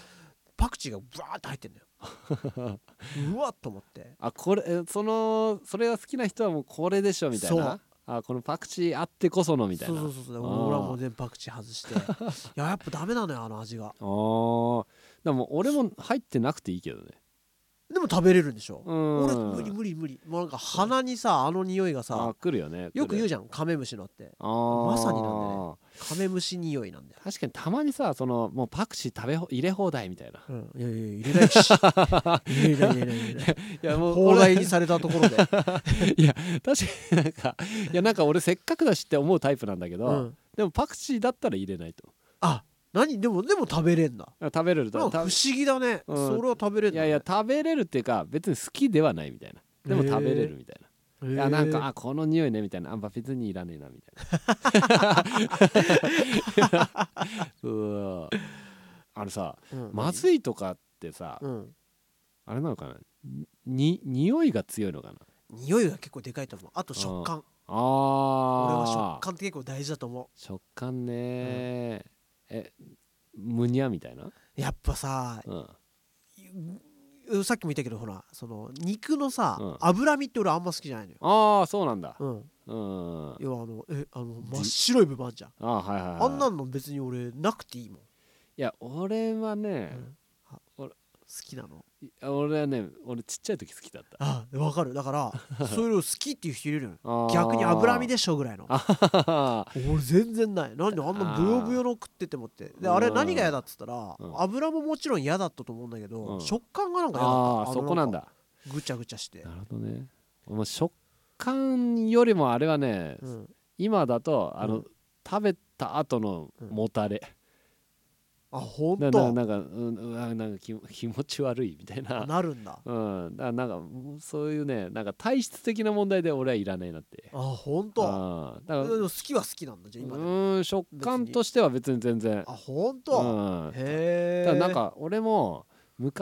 S2: パクチーがブワーって入ってんだよ うわっと思って
S1: あこれえそのそれが好きな人はもうこれでしょみたいな
S2: そう
S1: あこのパクチーあってこそのみたい
S2: そう
S1: な
S2: そうそうそう俺はもう全部パクチー外 していややっぱダメなのよあの味が
S1: あーでも俺も入ってなくていいけどね
S2: でも食べれるんでしょ
S1: うん
S2: 俺無理無理無理もうなんか鼻にさあの匂いが
S1: あ
S2: さ
S1: 来るよね
S2: よく言う
S1: じ
S2: じゃんカメムシのって
S1: ゃんあ
S2: まさになん
S1: だ
S2: だ
S1: ね
S2: カメムシ匂いなんだよ、
S1: 確かにたまにさそのもうパクチー食べほ入れ放題みたいな
S2: うん、いやいやいや入れないし入れない入れない入れない
S1: いや も
S2: 法
S1: 俺
S2: 外にされたところで、
S1: 確かになんかいやなんか俺せっかくだしって思うタイプなんだけど、
S2: うん、
S1: でもパクチーだったら入れないと
S2: あ何でもでも食べれんだ
S1: 食べれると
S2: なんか不思議だね、
S1: うん
S2: それは食べれん
S1: い
S2: だ、
S1: や
S2: ね、
S1: いや食べれるっていうか別に好きではないみたいなでも食べれるみたいな、いやなんかあこの匂いねみたいなあんま別にいらねえなみた いなうんあのさ
S2: えー、うん
S1: まずいとかってさ、
S2: うん
S1: あれなのかなに匂いが強いのかな
S2: 匂いが結構でかいと思うあと食感
S1: あ
S2: 俺
S1: ー
S2: は食感って結構大事だと思
S1: 食感ねえむにゃみたいな、
S2: うやっぱさ
S1: うん、
S2: うんさっきも言ったけどほらその肉のさ、
S1: うん
S2: 脂身って俺あんま好きじゃないのよ、
S1: ああそうなんだ
S2: うん、
S1: うんあ
S2: 要はあのえあの真っ白い部分あんじゃん
S1: ーはいはい、はい、
S2: あんなの別に俺なくていいもん、
S1: いや俺はね、
S2: うんあ
S1: 俺
S2: 好きなの
S1: いや俺はね俺ちっちゃい時好きだった
S2: あわかるだ からそういうの好きっていう人いるのよ
S1: あー
S2: 逆に脂身でしょぐらいの
S1: あははは
S2: 俺全然ないなんであんなブヨブヨの食っててもってで
S1: うん
S2: あれ何が嫌だっつったら、
S1: うん
S2: 油ももちろん嫌だったと思うんだけど、
S1: うん
S2: 食感がなんか嫌だった
S1: あーそこなん
S2: だ
S1: だ
S2: ぐちゃぐちゃして
S1: なるほどねもう食感よりもあれはね、
S2: うん
S1: 今だとあの、
S2: うん
S1: 食べた後のもたれ、
S2: あ本
S1: な
S2: 当
S1: なな
S2: な
S1: んか、うん、うわなんか気気持ち悪いみたいな
S2: るんだ
S1: うん、だからなんかそういうねなんか体質的な問題で俺はいらないなって
S2: あ本当
S1: あだ
S2: で
S1: から
S2: も
S1: う
S2: 好きは好きなんだじゃあ今でも
S1: ーん食感としては別に全然
S2: あ本
S1: う
S2: 当、
S1: ん
S2: へえ
S1: だからなんか俺も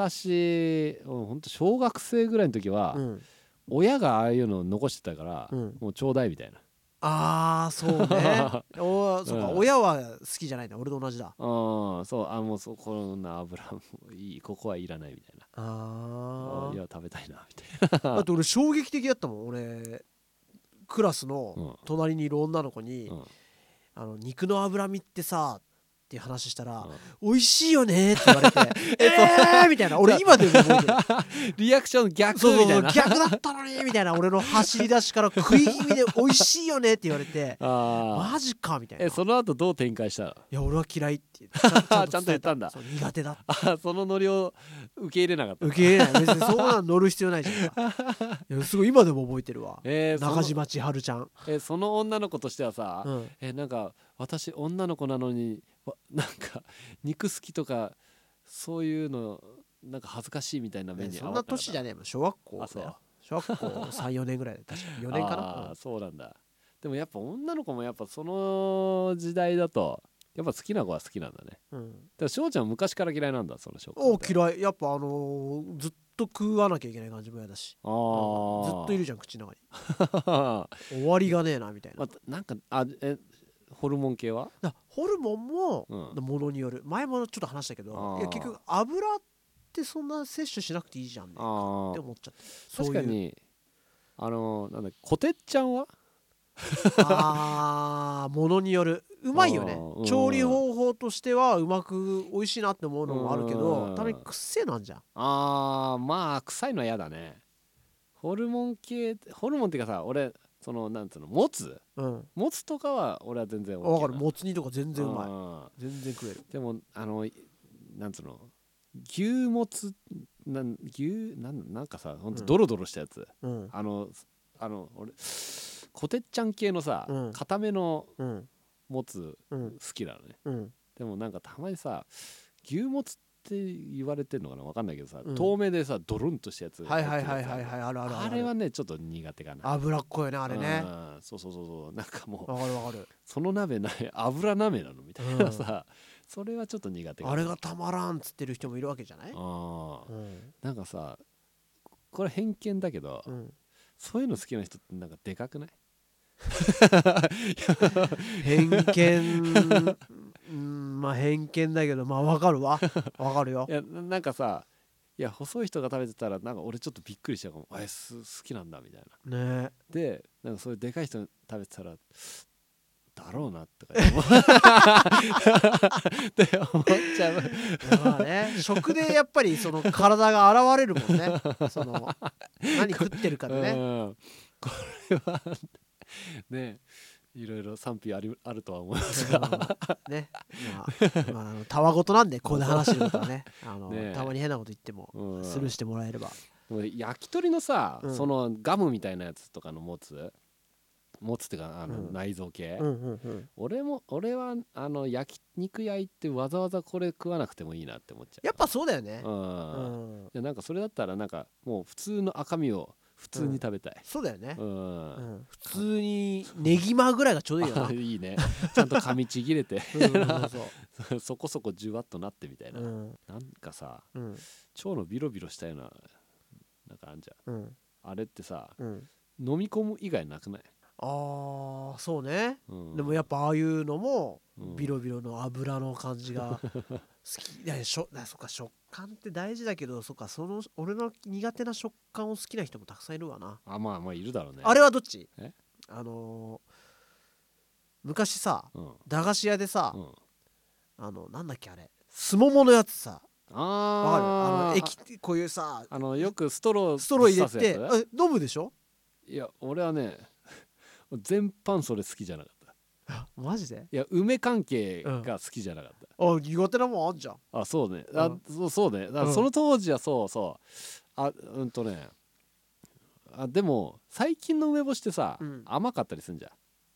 S1: 昔ほんと小学生ぐらいの時は
S2: うん
S1: 親がああいうのを残してたから
S2: うん
S1: もうちょうだいみたいな
S2: ああそ うねおそっか、
S1: うん
S2: 親は好きじゃないんだ俺と同じだ
S1: うんそうあもうそこの油もういいここはいらないみたいな
S2: あ
S1: い
S2: ー
S1: や食べたいなみたい
S2: だって俺衝撃的だったもん俺クラスの
S1: う
S2: 隣にいる女の子に「
S1: な、うん
S2: あの肉の脂身ってさ」っていう話したら
S1: うん
S2: 「美味しいよね」って言われて 「えー!」みたいな俺今でも覚えてる
S1: リアクション逆
S2: そうそう
S1: みた
S2: そ
S1: いう な
S2: 逆だったのにみたいな俺の走り出しから食い気味で「美味しいよね」って言われて 「
S1: あ
S2: マジか」みた
S1: ー
S2: いな「
S1: え
S2: い
S1: その後どう展開したの
S2: や俺は嫌い」 ってちゃん
S1: ちゃんと言ったんだ
S2: そう苦手だって
S1: あその ノリを受け入れなかった
S2: 受け入れない別にそんなの乗る必要 ないじゃんいやすごい今でも覚えてるわ
S1: えー
S2: 中
S1: その
S2: 島千春ちゃん、
S1: えその女の子としてはさ、
S2: うん、
S1: えなんか私女の子なのにわ なんか肉好きとかそういうのなんか恥ずかしいみたいな目に
S2: そんな年じゃ
S1: ね
S2: ねえもん小学
S1: あ
S2: 校
S1: そう
S2: だよ小学校34年 ぐらいで確か4年かな
S1: そうなんだでもやっぱ女の子もやっぱその時代だとやっぱ好きな子は好きなんだね
S2: うん、うん
S1: でも翔ちゃんは昔から嫌いなんだその食
S2: お
S1: 感
S2: 嫌いやっぱあのーずっと食わなきゃいけない感じも嫌だし
S1: あ
S2: ずっ
S1: ー
S2: といるじゃん口の中に
S1: ま
S2: 終わりがねえなみたいな,、
S1: あなんかあえホルモン系は
S2: だからホルモンも
S1: うん
S2: ものによる前もちょっと話したけ
S1: あ
S2: ど
S1: ー
S2: いや結局油ってそんな摂取しなくていいじゃんね
S1: あ
S2: っ
S1: ー
S2: て思っちゃって
S1: 確かにあのなんだこてっちゃんは
S2: あーものによるうまいよ
S1: あ
S2: ね
S1: ーうん
S2: 調理方法としてはうまく美味しいなって思うのもあるけ
S1: う
S2: ど
S1: ん
S2: たまに癖なんじゃん
S1: あーまあ臭いのは嫌だねホルモン系ホルモンっていうかさ俺そのなんつうのもつ
S2: うん
S1: もつとかは俺は全然 OK な
S2: 分かるもつ煮とか全然うまい
S1: ま
S2: 全然食える
S1: いでもあのなんつうの牛もつなん牛なんなんかさほんと
S2: うん
S1: ドロドロしたやつ、
S2: うん
S1: あのあの俺こてっちゃん系のさ、
S2: うん
S1: 固めの
S2: うん
S1: もつ
S2: うん
S1: 好きなのね
S2: うん
S1: でもなんかたまにさ牛もつって言われてんのかなわかんないけどさ、
S2: うん
S1: 透明でさドロンとしたやつ
S2: はいはいはいはい
S1: い
S2: はいあるある
S1: あ
S2: る
S1: れはねちょっと苦手かな
S2: 脂っこいよねあれね
S1: うんそうそうそうそうなんかもう
S2: わかるわかる
S1: その鍋な油鍋なのみたいなさ、それはちょっと苦手かな
S2: あれがたまらんっつってる人もいるわけじゃない
S1: あー
S2: うん
S1: なんかさこれ偏見だけど、
S2: うん
S1: そういうの好きな人ってなんかでかくない
S2: 偏見 うんまあ偏見だけどまあわかるわわかるよ
S1: いやななんかさいや細い人が食べてたらなんか俺ちょっとびっくりしたかもあれす好きなんだみたいな
S2: ね
S1: でなんかそういうでかい人食べてたらだろうなとか 思うって思っちゃう
S2: まあね食でやっぱりその体が現れるも んねその何食ってるかでね
S1: うん、これはねいろいろ賛否ありあるとは思いますが、
S2: うんねまあまああのたわごとなんでここで話してることはねあの
S1: ね
S2: たまに変なこと言っても
S1: うん、
S2: スルーしてもらえれば
S1: でも焼き鳥のさ、
S2: うん
S1: そのガムみたいなやつとかのもつもつってかあの、
S2: うん
S1: 内臓系、
S2: うんうんうん
S1: 俺も俺はあの焼き肉焼いてわざわざこれ食わなくてもいいなって思っちゃう
S2: やっぱそうだよね
S1: う、
S2: うん
S1: い
S2: ん
S1: やなんかそれだったらなんかもう普通の赤身を普通に食べたい、
S2: そうだよね
S1: うん
S2: うん普通にネギマぐらいがちょう どいいよな
S1: あいいねちゃんと噛みちぎれて
S2: うんそう
S1: そこそこじゅわっとなってみたいな、
S2: そううん
S1: なんかさ
S2: うん
S1: 腸のビロビロしたようななんかあんじゃ
S2: うん
S1: んあれってさ
S2: うん
S1: 飲み込む以外なくない、
S2: ああそうね
S1: うん、
S2: でもやっぱああいうのも
S1: うん
S2: ビロビロの油の感じが好きいやしょあそっか食感って大事だけどそっかその俺の苦手な食感を好きな人もたくさんいるわな、
S1: あまあまあいるだろうね
S2: あれはどっち
S1: え
S2: あのー昔さ
S1: うん、うん、
S2: 駄菓子屋でさ、
S1: あ
S2: あのなんだっけあれすもものやつさわかるあ
S1: あ
S2: の
S1: ー
S2: 液こういうさ
S1: あのよくストロー
S2: ストロー入れ
S1: 刺
S2: て
S1: すやつ
S2: え飲むでしょ
S1: いや俺はね全般それ好きじゃなかった
S2: マジで
S1: いや梅関係が好きじゃなかった、
S2: あ苦手なもんあんじゃん
S1: あそうねあ、
S2: うん
S1: そうそうねだから
S2: うん
S1: その当時はそうそうあうんとねあでも最近の梅干しってさ、
S2: うん
S1: 甘かったりするんじゃん、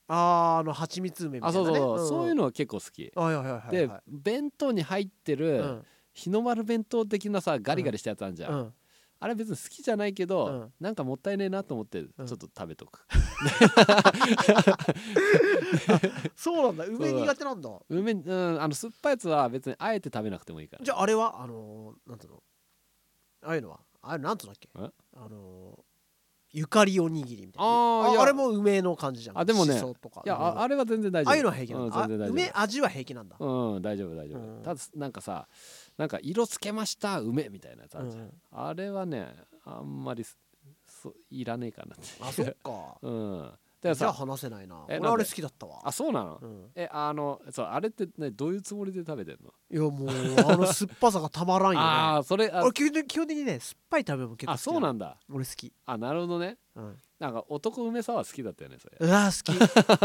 S2: あーあの蜂蜜梅みた
S1: あ
S2: いな、
S1: そう
S2: ね、
S1: そうそう、
S2: ん
S1: そういうのは結構好き、
S2: はいはいはいはい
S1: で弁当に入って
S2: う
S1: る、
S2: ん
S1: 日の丸弁当的なさガリガリしたやつあるじゃん、
S2: うん
S1: あれ別に好きじゃないけど、
S2: うん
S1: なんかもったいねえなと思ってちょ
S2: う
S1: っ
S2: ん
S1: と食べとく、
S2: そうなんだ 梅苦手なんだ
S1: 梅うんあの酸っぱいやつは別にあえて食べなくてもいいから
S2: じゃああれはあのー、なんていうのああいうのはあれなんていうんだっけ
S1: え
S2: あのーゆかりおにぎりみたいな
S1: あーいや
S2: あれも梅の感じじゃん
S1: あでもね
S2: しそとか
S1: いやあ
S2: あ
S1: あれは全然大丈夫
S2: あいうのは平気なんだ、
S1: うん、全然大
S2: あ
S1: 丈
S2: 梅味は平気なんだ、
S1: 夫うん大丈夫大丈夫、
S2: うん
S1: ただなんかさなんか色つけました梅みたいなやつあ
S2: う
S1: るじゃん、
S2: ん
S1: あれはねあんまりすそいらねえかなって
S2: あそっ か
S1: うんだから
S2: じゃあ
S1: さ
S2: 話せないな
S1: え
S2: 俺あ
S1: なん
S2: れ
S1: で
S2: 好きだったわ
S1: あそうなの、
S2: うん、
S1: えあのそうあれって、ね、どういうつもりで食べてんの、
S2: いやもうあの酸っぱさがたまらんよね
S1: ああそれあ
S2: 俺基本的基本的にね酸っぱい食べ物結構好き
S1: あそうなんんだ
S2: 俺好き、
S1: あなるほどね
S2: うん、
S1: なんか男梅さは好きだったよねそれ
S2: うわ好き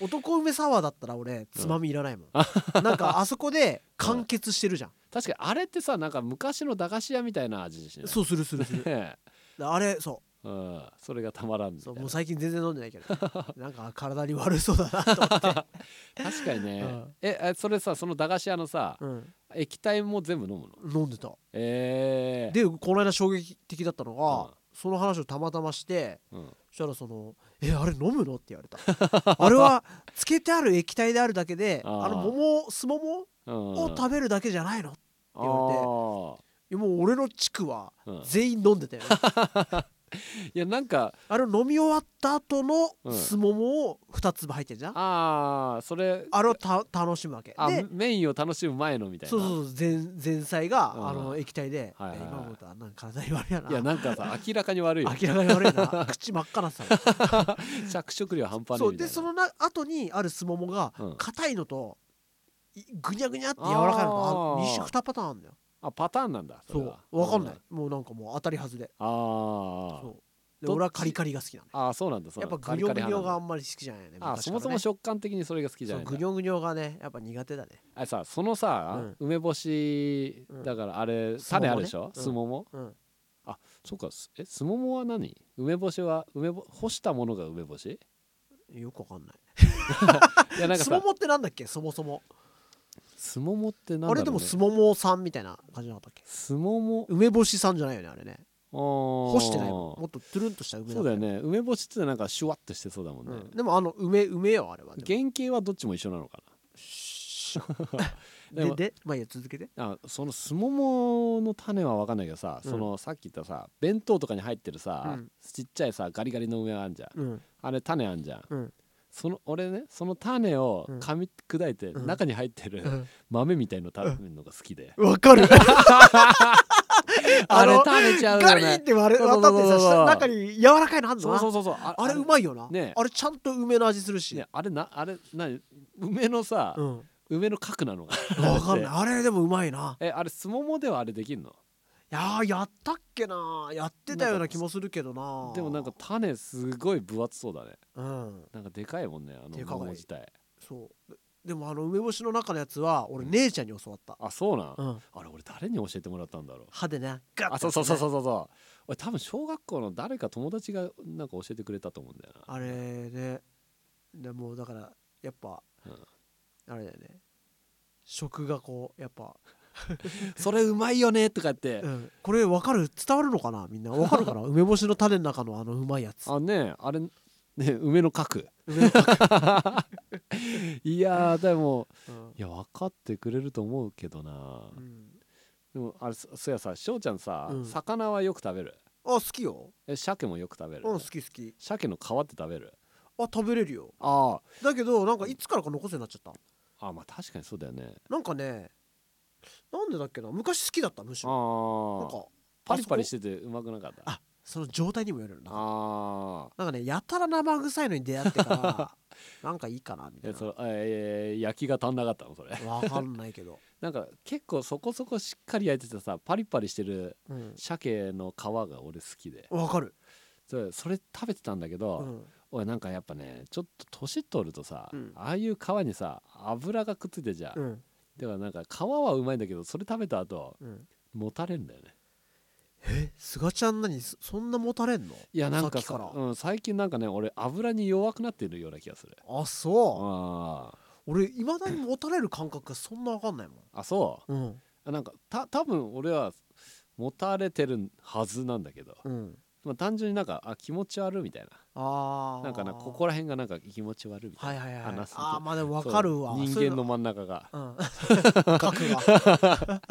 S2: 男梅サワーだったら俺つまみいらないもん、なんかあそこで完結してるじゃん、
S1: 確かにあれってさなんか昔の駄菓子屋みたいな味でしない
S2: そうするするする
S1: ね
S2: あれそ
S1: うん、それがたまらんみ
S2: う
S1: た
S2: そ
S1: いうな
S2: もう最近全然飲んでないけどね、なんか体に悪そうだなと 思って、
S1: 確かにね、
S2: うん
S1: ええそれさその駄菓子屋のさ、
S2: うん
S1: 液体も全部飲むの
S2: 飲んでた
S1: ええ
S2: でこの間衝撃的だったのが、
S1: うん
S2: その話をたまたまして
S1: うん、
S2: そしたらその「えあれ飲むの?」って言 われたあれはつけてある液体であるだけで
S1: あー
S2: あの桃すもも
S1: うん、
S2: を食べるだけじゃないのい
S1: あ
S2: やもう俺の地区は
S1: ーうん
S2: 全員飲んでたよね
S1: いやなんか
S2: あれを飲み終わった後
S1: う
S2: の
S1: ん
S2: すももを2粒入ってるじゃん、
S1: ああそれ
S2: あれをた楽しむわけ
S1: あ
S2: で
S1: メインを楽しむ前のみたいな
S2: そうそうそう前前菜が、
S1: うん
S2: あの液体で、
S1: はいはいはい
S2: 今思うとあんなん体に悪いやない
S1: やなんかさ明らかに悪いよ
S2: 明らかに悪い な口真っ赤になってた
S1: 着色料半
S2: も
S1: 端ね
S2: んそ
S1: えみた
S2: う
S1: い
S2: で
S1: な
S2: そのな後にあるすももが
S1: うん
S2: 硬いのといぐにゃぐにゃって柔らかいのと
S1: あー
S2: 2種2パターンあるんだよ
S1: あパターンなんだ
S2: そ
S1: れ
S2: う
S1: は
S2: 分かんない、
S1: う
S2: もうなんかもう当たり外れ
S1: あ
S2: そうで
S1: どっち
S2: 俺はカリカリが好きなの
S1: ああそうなんだそう
S2: や
S1: な
S2: っ
S1: ん
S2: ぱ
S1: だ
S2: グニョグニョがあ
S1: カリカリ派なんだ
S2: んまり好きじゃないよね
S1: あ
S2: 昔
S1: そ
S2: か
S1: も
S2: らね
S1: そも食感的にそれが好きじゃ
S2: そ
S1: な
S2: う
S1: いんだ
S2: グニョグニョがねやっぱ苦手だね
S1: あれさそのさ、
S2: うん
S1: 梅干し
S2: うん
S1: だからあれ
S2: すもも
S1: 種
S2: ね
S1: あるでしょ
S2: うん
S1: すもも
S2: うん
S1: そうかすえすももは何梅干しは梅ぼ干したものが梅干し
S2: よくわかんない
S1: いやなんか
S2: すも
S1: さ
S2: もってなんだっけそもそも
S1: すももってなんだろ
S2: あ
S1: う、ね、
S2: れでもすももさんみたいな感じなかったっけ
S1: すもも
S2: 梅干しさんじゃないよねあれね
S1: 干
S2: 干してないもんもっとトゥルンとした梅
S1: そうだよ
S2: ね
S1: ね梅干しってなんかシュワッとしてそうだもんね、
S2: うんでもあの梅梅よあれはで
S1: 原型はどっちも一緒なのかなで
S2: もで
S1: も
S2: でまあいいや続けて
S1: あそのすももの種は分かんないけどさ、
S2: うん
S1: そのさっき言ったさ弁当とかに入ってるさ、
S2: うん
S1: ちっちゃいさガリガリの梅あんじゃん
S2: うん
S1: あれ種あんじゃん、
S2: うん
S1: その俺ねその種を
S2: うん
S1: 噛み砕いて、
S2: うん
S1: 中に入って
S2: う
S1: る
S2: ん
S1: 豆みたいの食べるのが好きで、
S2: わかる
S1: あれ
S2: の
S1: 食べちゃうよ
S2: ガリンっ
S1: ね
S2: て割れ
S1: そうそ
S2: 渡
S1: うそう
S2: っ
S1: そう
S2: てさ下中に柔らかいのあんの
S1: そう
S2: な
S1: そうそうそう
S2: あれう
S1: う
S2: まいよな、
S1: ね
S2: あれちゃんと梅の味するし、
S1: ねあれなあれな梅のさ、
S2: うん、
S1: 梅の核なのが
S2: わかんない
S1: あ
S2: あれでもうまいな
S1: れってえあれすももではあれできんの
S2: いやーやったっけなやってたような気もするけどな
S1: でもなんか種すごい分厚そうだね
S2: うん
S1: なんかでかいもんねあの
S2: でかい
S1: 桃自体
S2: そうででもあの梅干しの中のやつは俺姉ちゃんに教わった、
S1: あそうなん、
S2: うん、
S1: あれ俺誰に教えてもらったんだろう
S2: 歯でねガッ
S1: あそうそうそうそうそうそう俺多分小学校の誰か友達がなんか教えてくれたと思うんだよな
S2: あれねでもうだからやっぱ、
S1: うん
S2: あれだよね食がこうやっぱ、
S1: それうまいよねとかって
S2: うん、これ分かる伝わるのかなみんな分か るかな梅干しの種の中のあのうまいやつ
S1: あねあれね梅の核
S2: 梅 の中
S1: いやーでも
S2: うん
S1: いや分かってくれると思うけどな
S2: うん
S1: でもあれそそうやさ翔ちゃんさ、
S2: うん
S1: 魚はよく食べる
S2: あ好きよ
S1: え鮭もよく食べる、
S2: うん好き好き
S1: 鮭の皮って食べる
S2: あ食べれるよ
S1: あ
S2: だけどなんかいつからか残すようになっちゃった
S1: ーあまあ確かにそうだよね
S2: なんかねなんでだっけな昔好きだったむし
S1: あ
S2: ろなん
S1: ー
S2: か
S1: パリパリしてててうまくなかった
S2: あその状態にもよるよな
S1: あ
S2: なんかねやたら生臭いのに出会っ てからなんかいいかな
S1: ー
S2: みたい
S1: え
S2: な
S1: それえー焼きが足んなかったのそれ
S2: わかんないけ ど、
S1: なんか結構そこそこしっかり焼いててさパリパリしてる
S2: うん、
S1: 鮭の皮が俺好きで
S2: わかる、
S1: それそれ食べてたんだけ
S2: う
S1: ど、
S2: ん、
S1: 俺なんかやっぱねちょっと年取るとさ、
S2: うん
S1: ああいう皮にさ油がくっついてるじゃん、
S2: うん
S1: だからなんか皮はうまいんだけどそれ食べた後
S2: うん
S1: もたれんだよね
S2: え菅ちゃん何そそんなもたれんの
S1: いやなんか
S2: さっきから
S1: うん、最近なんかね俺油に弱くなってるような気がする
S2: あそ
S1: あ
S2: う俺いまだにもたれる感覚がそんなわかんないもん
S1: ーあそ
S2: うん
S1: うなんかた多分俺はもたれてるはずなんだけど、
S2: うん
S1: まあ、単純になんかあ気持ち悪いみたいな
S2: あー
S1: なんかなここら辺がなんか気持ち悪いみた
S2: はいい
S1: な、
S2: はいはい
S1: 話すと
S2: あーまあでもわかるわ
S1: そう人
S2: そういう
S1: 間の真ん中が
S2: うん 覚が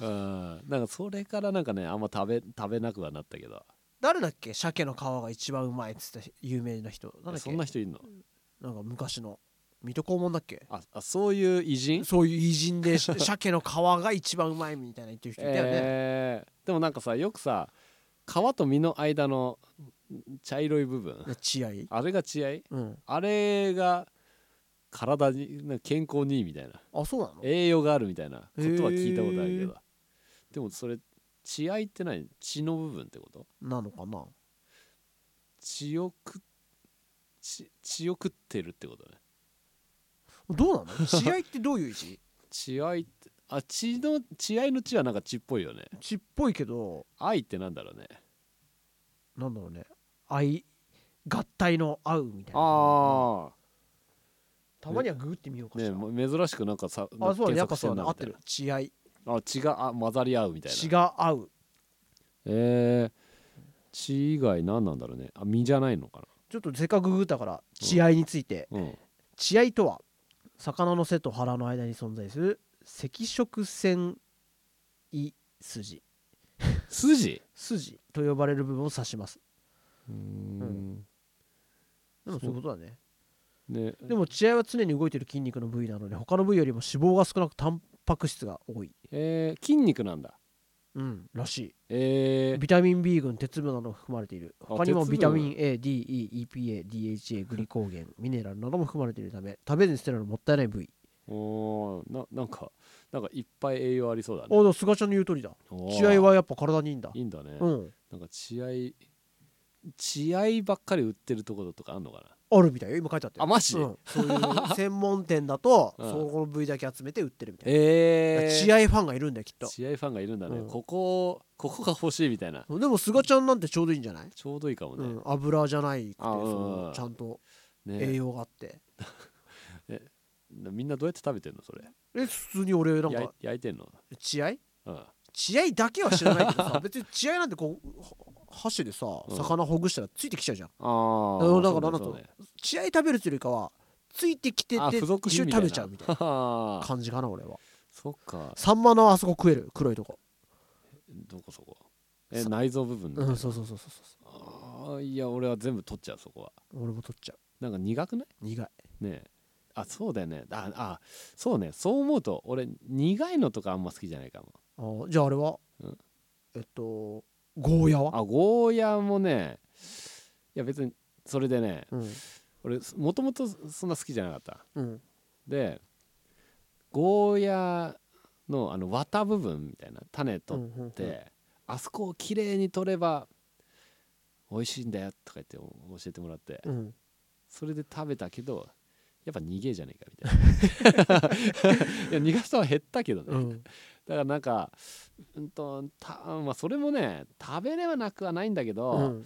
S1: うんなんかそれからなんかねあんま食べ食べなくはなったけど
S2: 誰だっけ鮭の皮が一番うまいっつって有名な人なんだっけ
S1: そんな人いるの
S2: なんか昔の水戸黄門だっけ
S1: ああそういう偉人
S2: そういう偉人 でし鮭の皮が一番うまいみたいな言ってる人いたよね、
S1: えーでもなんかさよくさ皮と身の間のん茶色い部分
S2: で血合い
S1: あれが血合い
S2: うん
S1: あれが体になんか健康にいいみたいな
S2: あそうなの
S1: 栄養があるみたいなことは聞いたことあるけど、
S2: へ
S1: でもそれ血合いって何血の部分ってこと
S2: なのかな
S1: 血を食っ血血を食ってるってことね
S2: どうなの血合いってどういう字
S1: 血合いってあ血の血合いの血はなんか血っぽいよね
S2: 血っぽいけど
S1: 愛ってなんだろうね
S2: なんだろうね愛合体の合うみたいな
S1: あ
S2: たまにはググってみよう
S1: あ
S2: かし
S1: ね
S2: ら、
S1: もう珍しくなんかさ
S2: あそうだねやっ
S1: 検索
S2: ぱ
S1: して
S2: そうんだ
S1: な
S2: ね
S1: み
S2: 合ったて
S1: いな
S2: る血合い
S1: あ血があ混ざり合うみたい
S2: 血
S1: な
S2: が合う
S1: えー、血以外何なんだろうねあ身じゃないのか
S2: ちょっとせっかくググったから血合いについて、
S1: なうん
S2: 血合いとは魚の背と腹の間に存在する赤色線胃筋
S1: 筋
S2: 筋と呼ばれる部分を指します
S1: うーん
S2: でもそういうことだね
S1: ね
S2: でも血合いは常に動いてる筋肉の部位なので他の部位よりも脂肪が少なくタンパク質が多い、
S1: えー筋肉なんだ
S2: うん、らしい
S1: えー
S2: ビタミン B 群鉄分などが含まれている
S1: あ
S2: 他にも
S1: 鉄分
S2: ビタミン ADEEPADHA グリコーゲンミネラルなども含まれているため食べずに捨てるのはもったいない部位、
S1: おーななんかなんかいっぱい栄養ありそうだね
S2: おお菅ちゃんの言う通りだ
S1: おー
S2: 血合いはやっぱ体にいいんだ
S1: いいんだね、
S2: うん
S1: なんか血合い血合いばっかり売ってるところとかあんのかな
S2: あるみたいよ今書いてあったよ
S1: あマジ
S2: うん、そういう専門店だと、
S1: うん
S2: そこの部位だけ集めて売ってるみたいな、
S1: えー、
S2: 血合いファンがいるんだよきっと
S1: 血合いファンがいるんだね、
S2: うん
S1: ここここが欲しいみたいな
S2: でも菅ちゃんなんてちょうどいいんじゃない、
S1: ちょうどいいかも
S2: う
S1: ね,、
S2: ん、油じゃないくて
S1: あうん
S2: そのちゃんと栄
S1: ね
S2: 養があって
S1: みんなどうやって食べてんのそれ
S2: え普通に俺なん
S1: 焼い
S2: か
S1: 焼いてんの、
S2: 血合い
S1: うん、
S2: 血合いだけは知らない けどさ別に血合いなんてこうは箸でさ
S1: うん
S2: 魚ほぐしたらついてきちゃうじゃん
S1: あ
S2: う
S1: あ
S2: んだからな んか血合い食べるっていうよりかはついてきて
S1: あ
S2: て
S1: 付属
S2: 一緒
S1: 品
S2: に
S1: みたい
S2: 食
S1: な
S2: べちゃうみたいな 感じかな俺は
S1: そっか
S2: サンマのあそこ食える黒いとこ
S1: どこそこえ
S2: さ
S1: 内臓部分みた
S2: う
S1: い
S2: ん
S1: な
S2: そうそうそうそうそ
S1: あーいや俺は全部取っちゃうそこは
S2: う俺も取っちゃう
S1: なんか苦くない
S2: 苦い
S1: ねえあそうだよねああそうねそう思うと俺苦いのとかあんま好きじゃないかも
S2: あーじゃああれは、
S1: うん
S2: えっとゴーヤは、
S1: あゴーヤもねいや別にそれでね
S2: うん
S1: 俺もともとそんな好きじゃなかった
S2: うん、
S1: でゴーヤのあの綿部分みたいな種取っ
S2: うんうんうん
S1: て、あそこをきれいに取れば美味しいんだよとか言って教えてもらって、
S2: うん
S1: それで食べたけどやっぱ逃げじゃねえか みたいないや逃がしたは減ったけどね、
S2: うん
S1: だからなんかうんとた、まあ、それもね食べれはなくはないんだけど、
S2: うん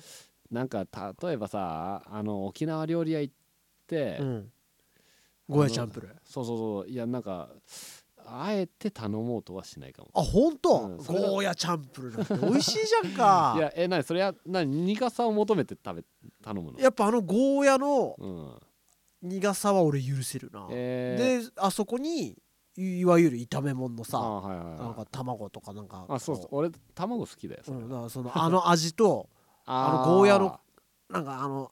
S1: なんか例えばさあの沖縄料理屋行って、
S2: うんゴーヤチャンプルー
S1: そうそうそういやなんかあえて頼もうとはしないかも
S2: あ本当、
S1: うんそれが
S2: ゴーヤチャンプルーなん て美味しいじゃんか
S1: いやえなにそれはなに苦さを求めて食べ頼むの
S2: やっぱあのゴーヤの
S1: うん
S2: 苦さは俺許せるな、
S1: えー、
S2: であそこにいいわゆる炒め物の
S1: あ
S2: さ
S1: はいはい
S2: なん
S1: は
S2: か卵とかなんか
S1: いあそうそう
S2: こ
S1: 俺卵好きだよ
S2: う
S1: それ
S2: うん、だからそのあの味とあの
S1: ー
S2: ゴーヤのなんかあの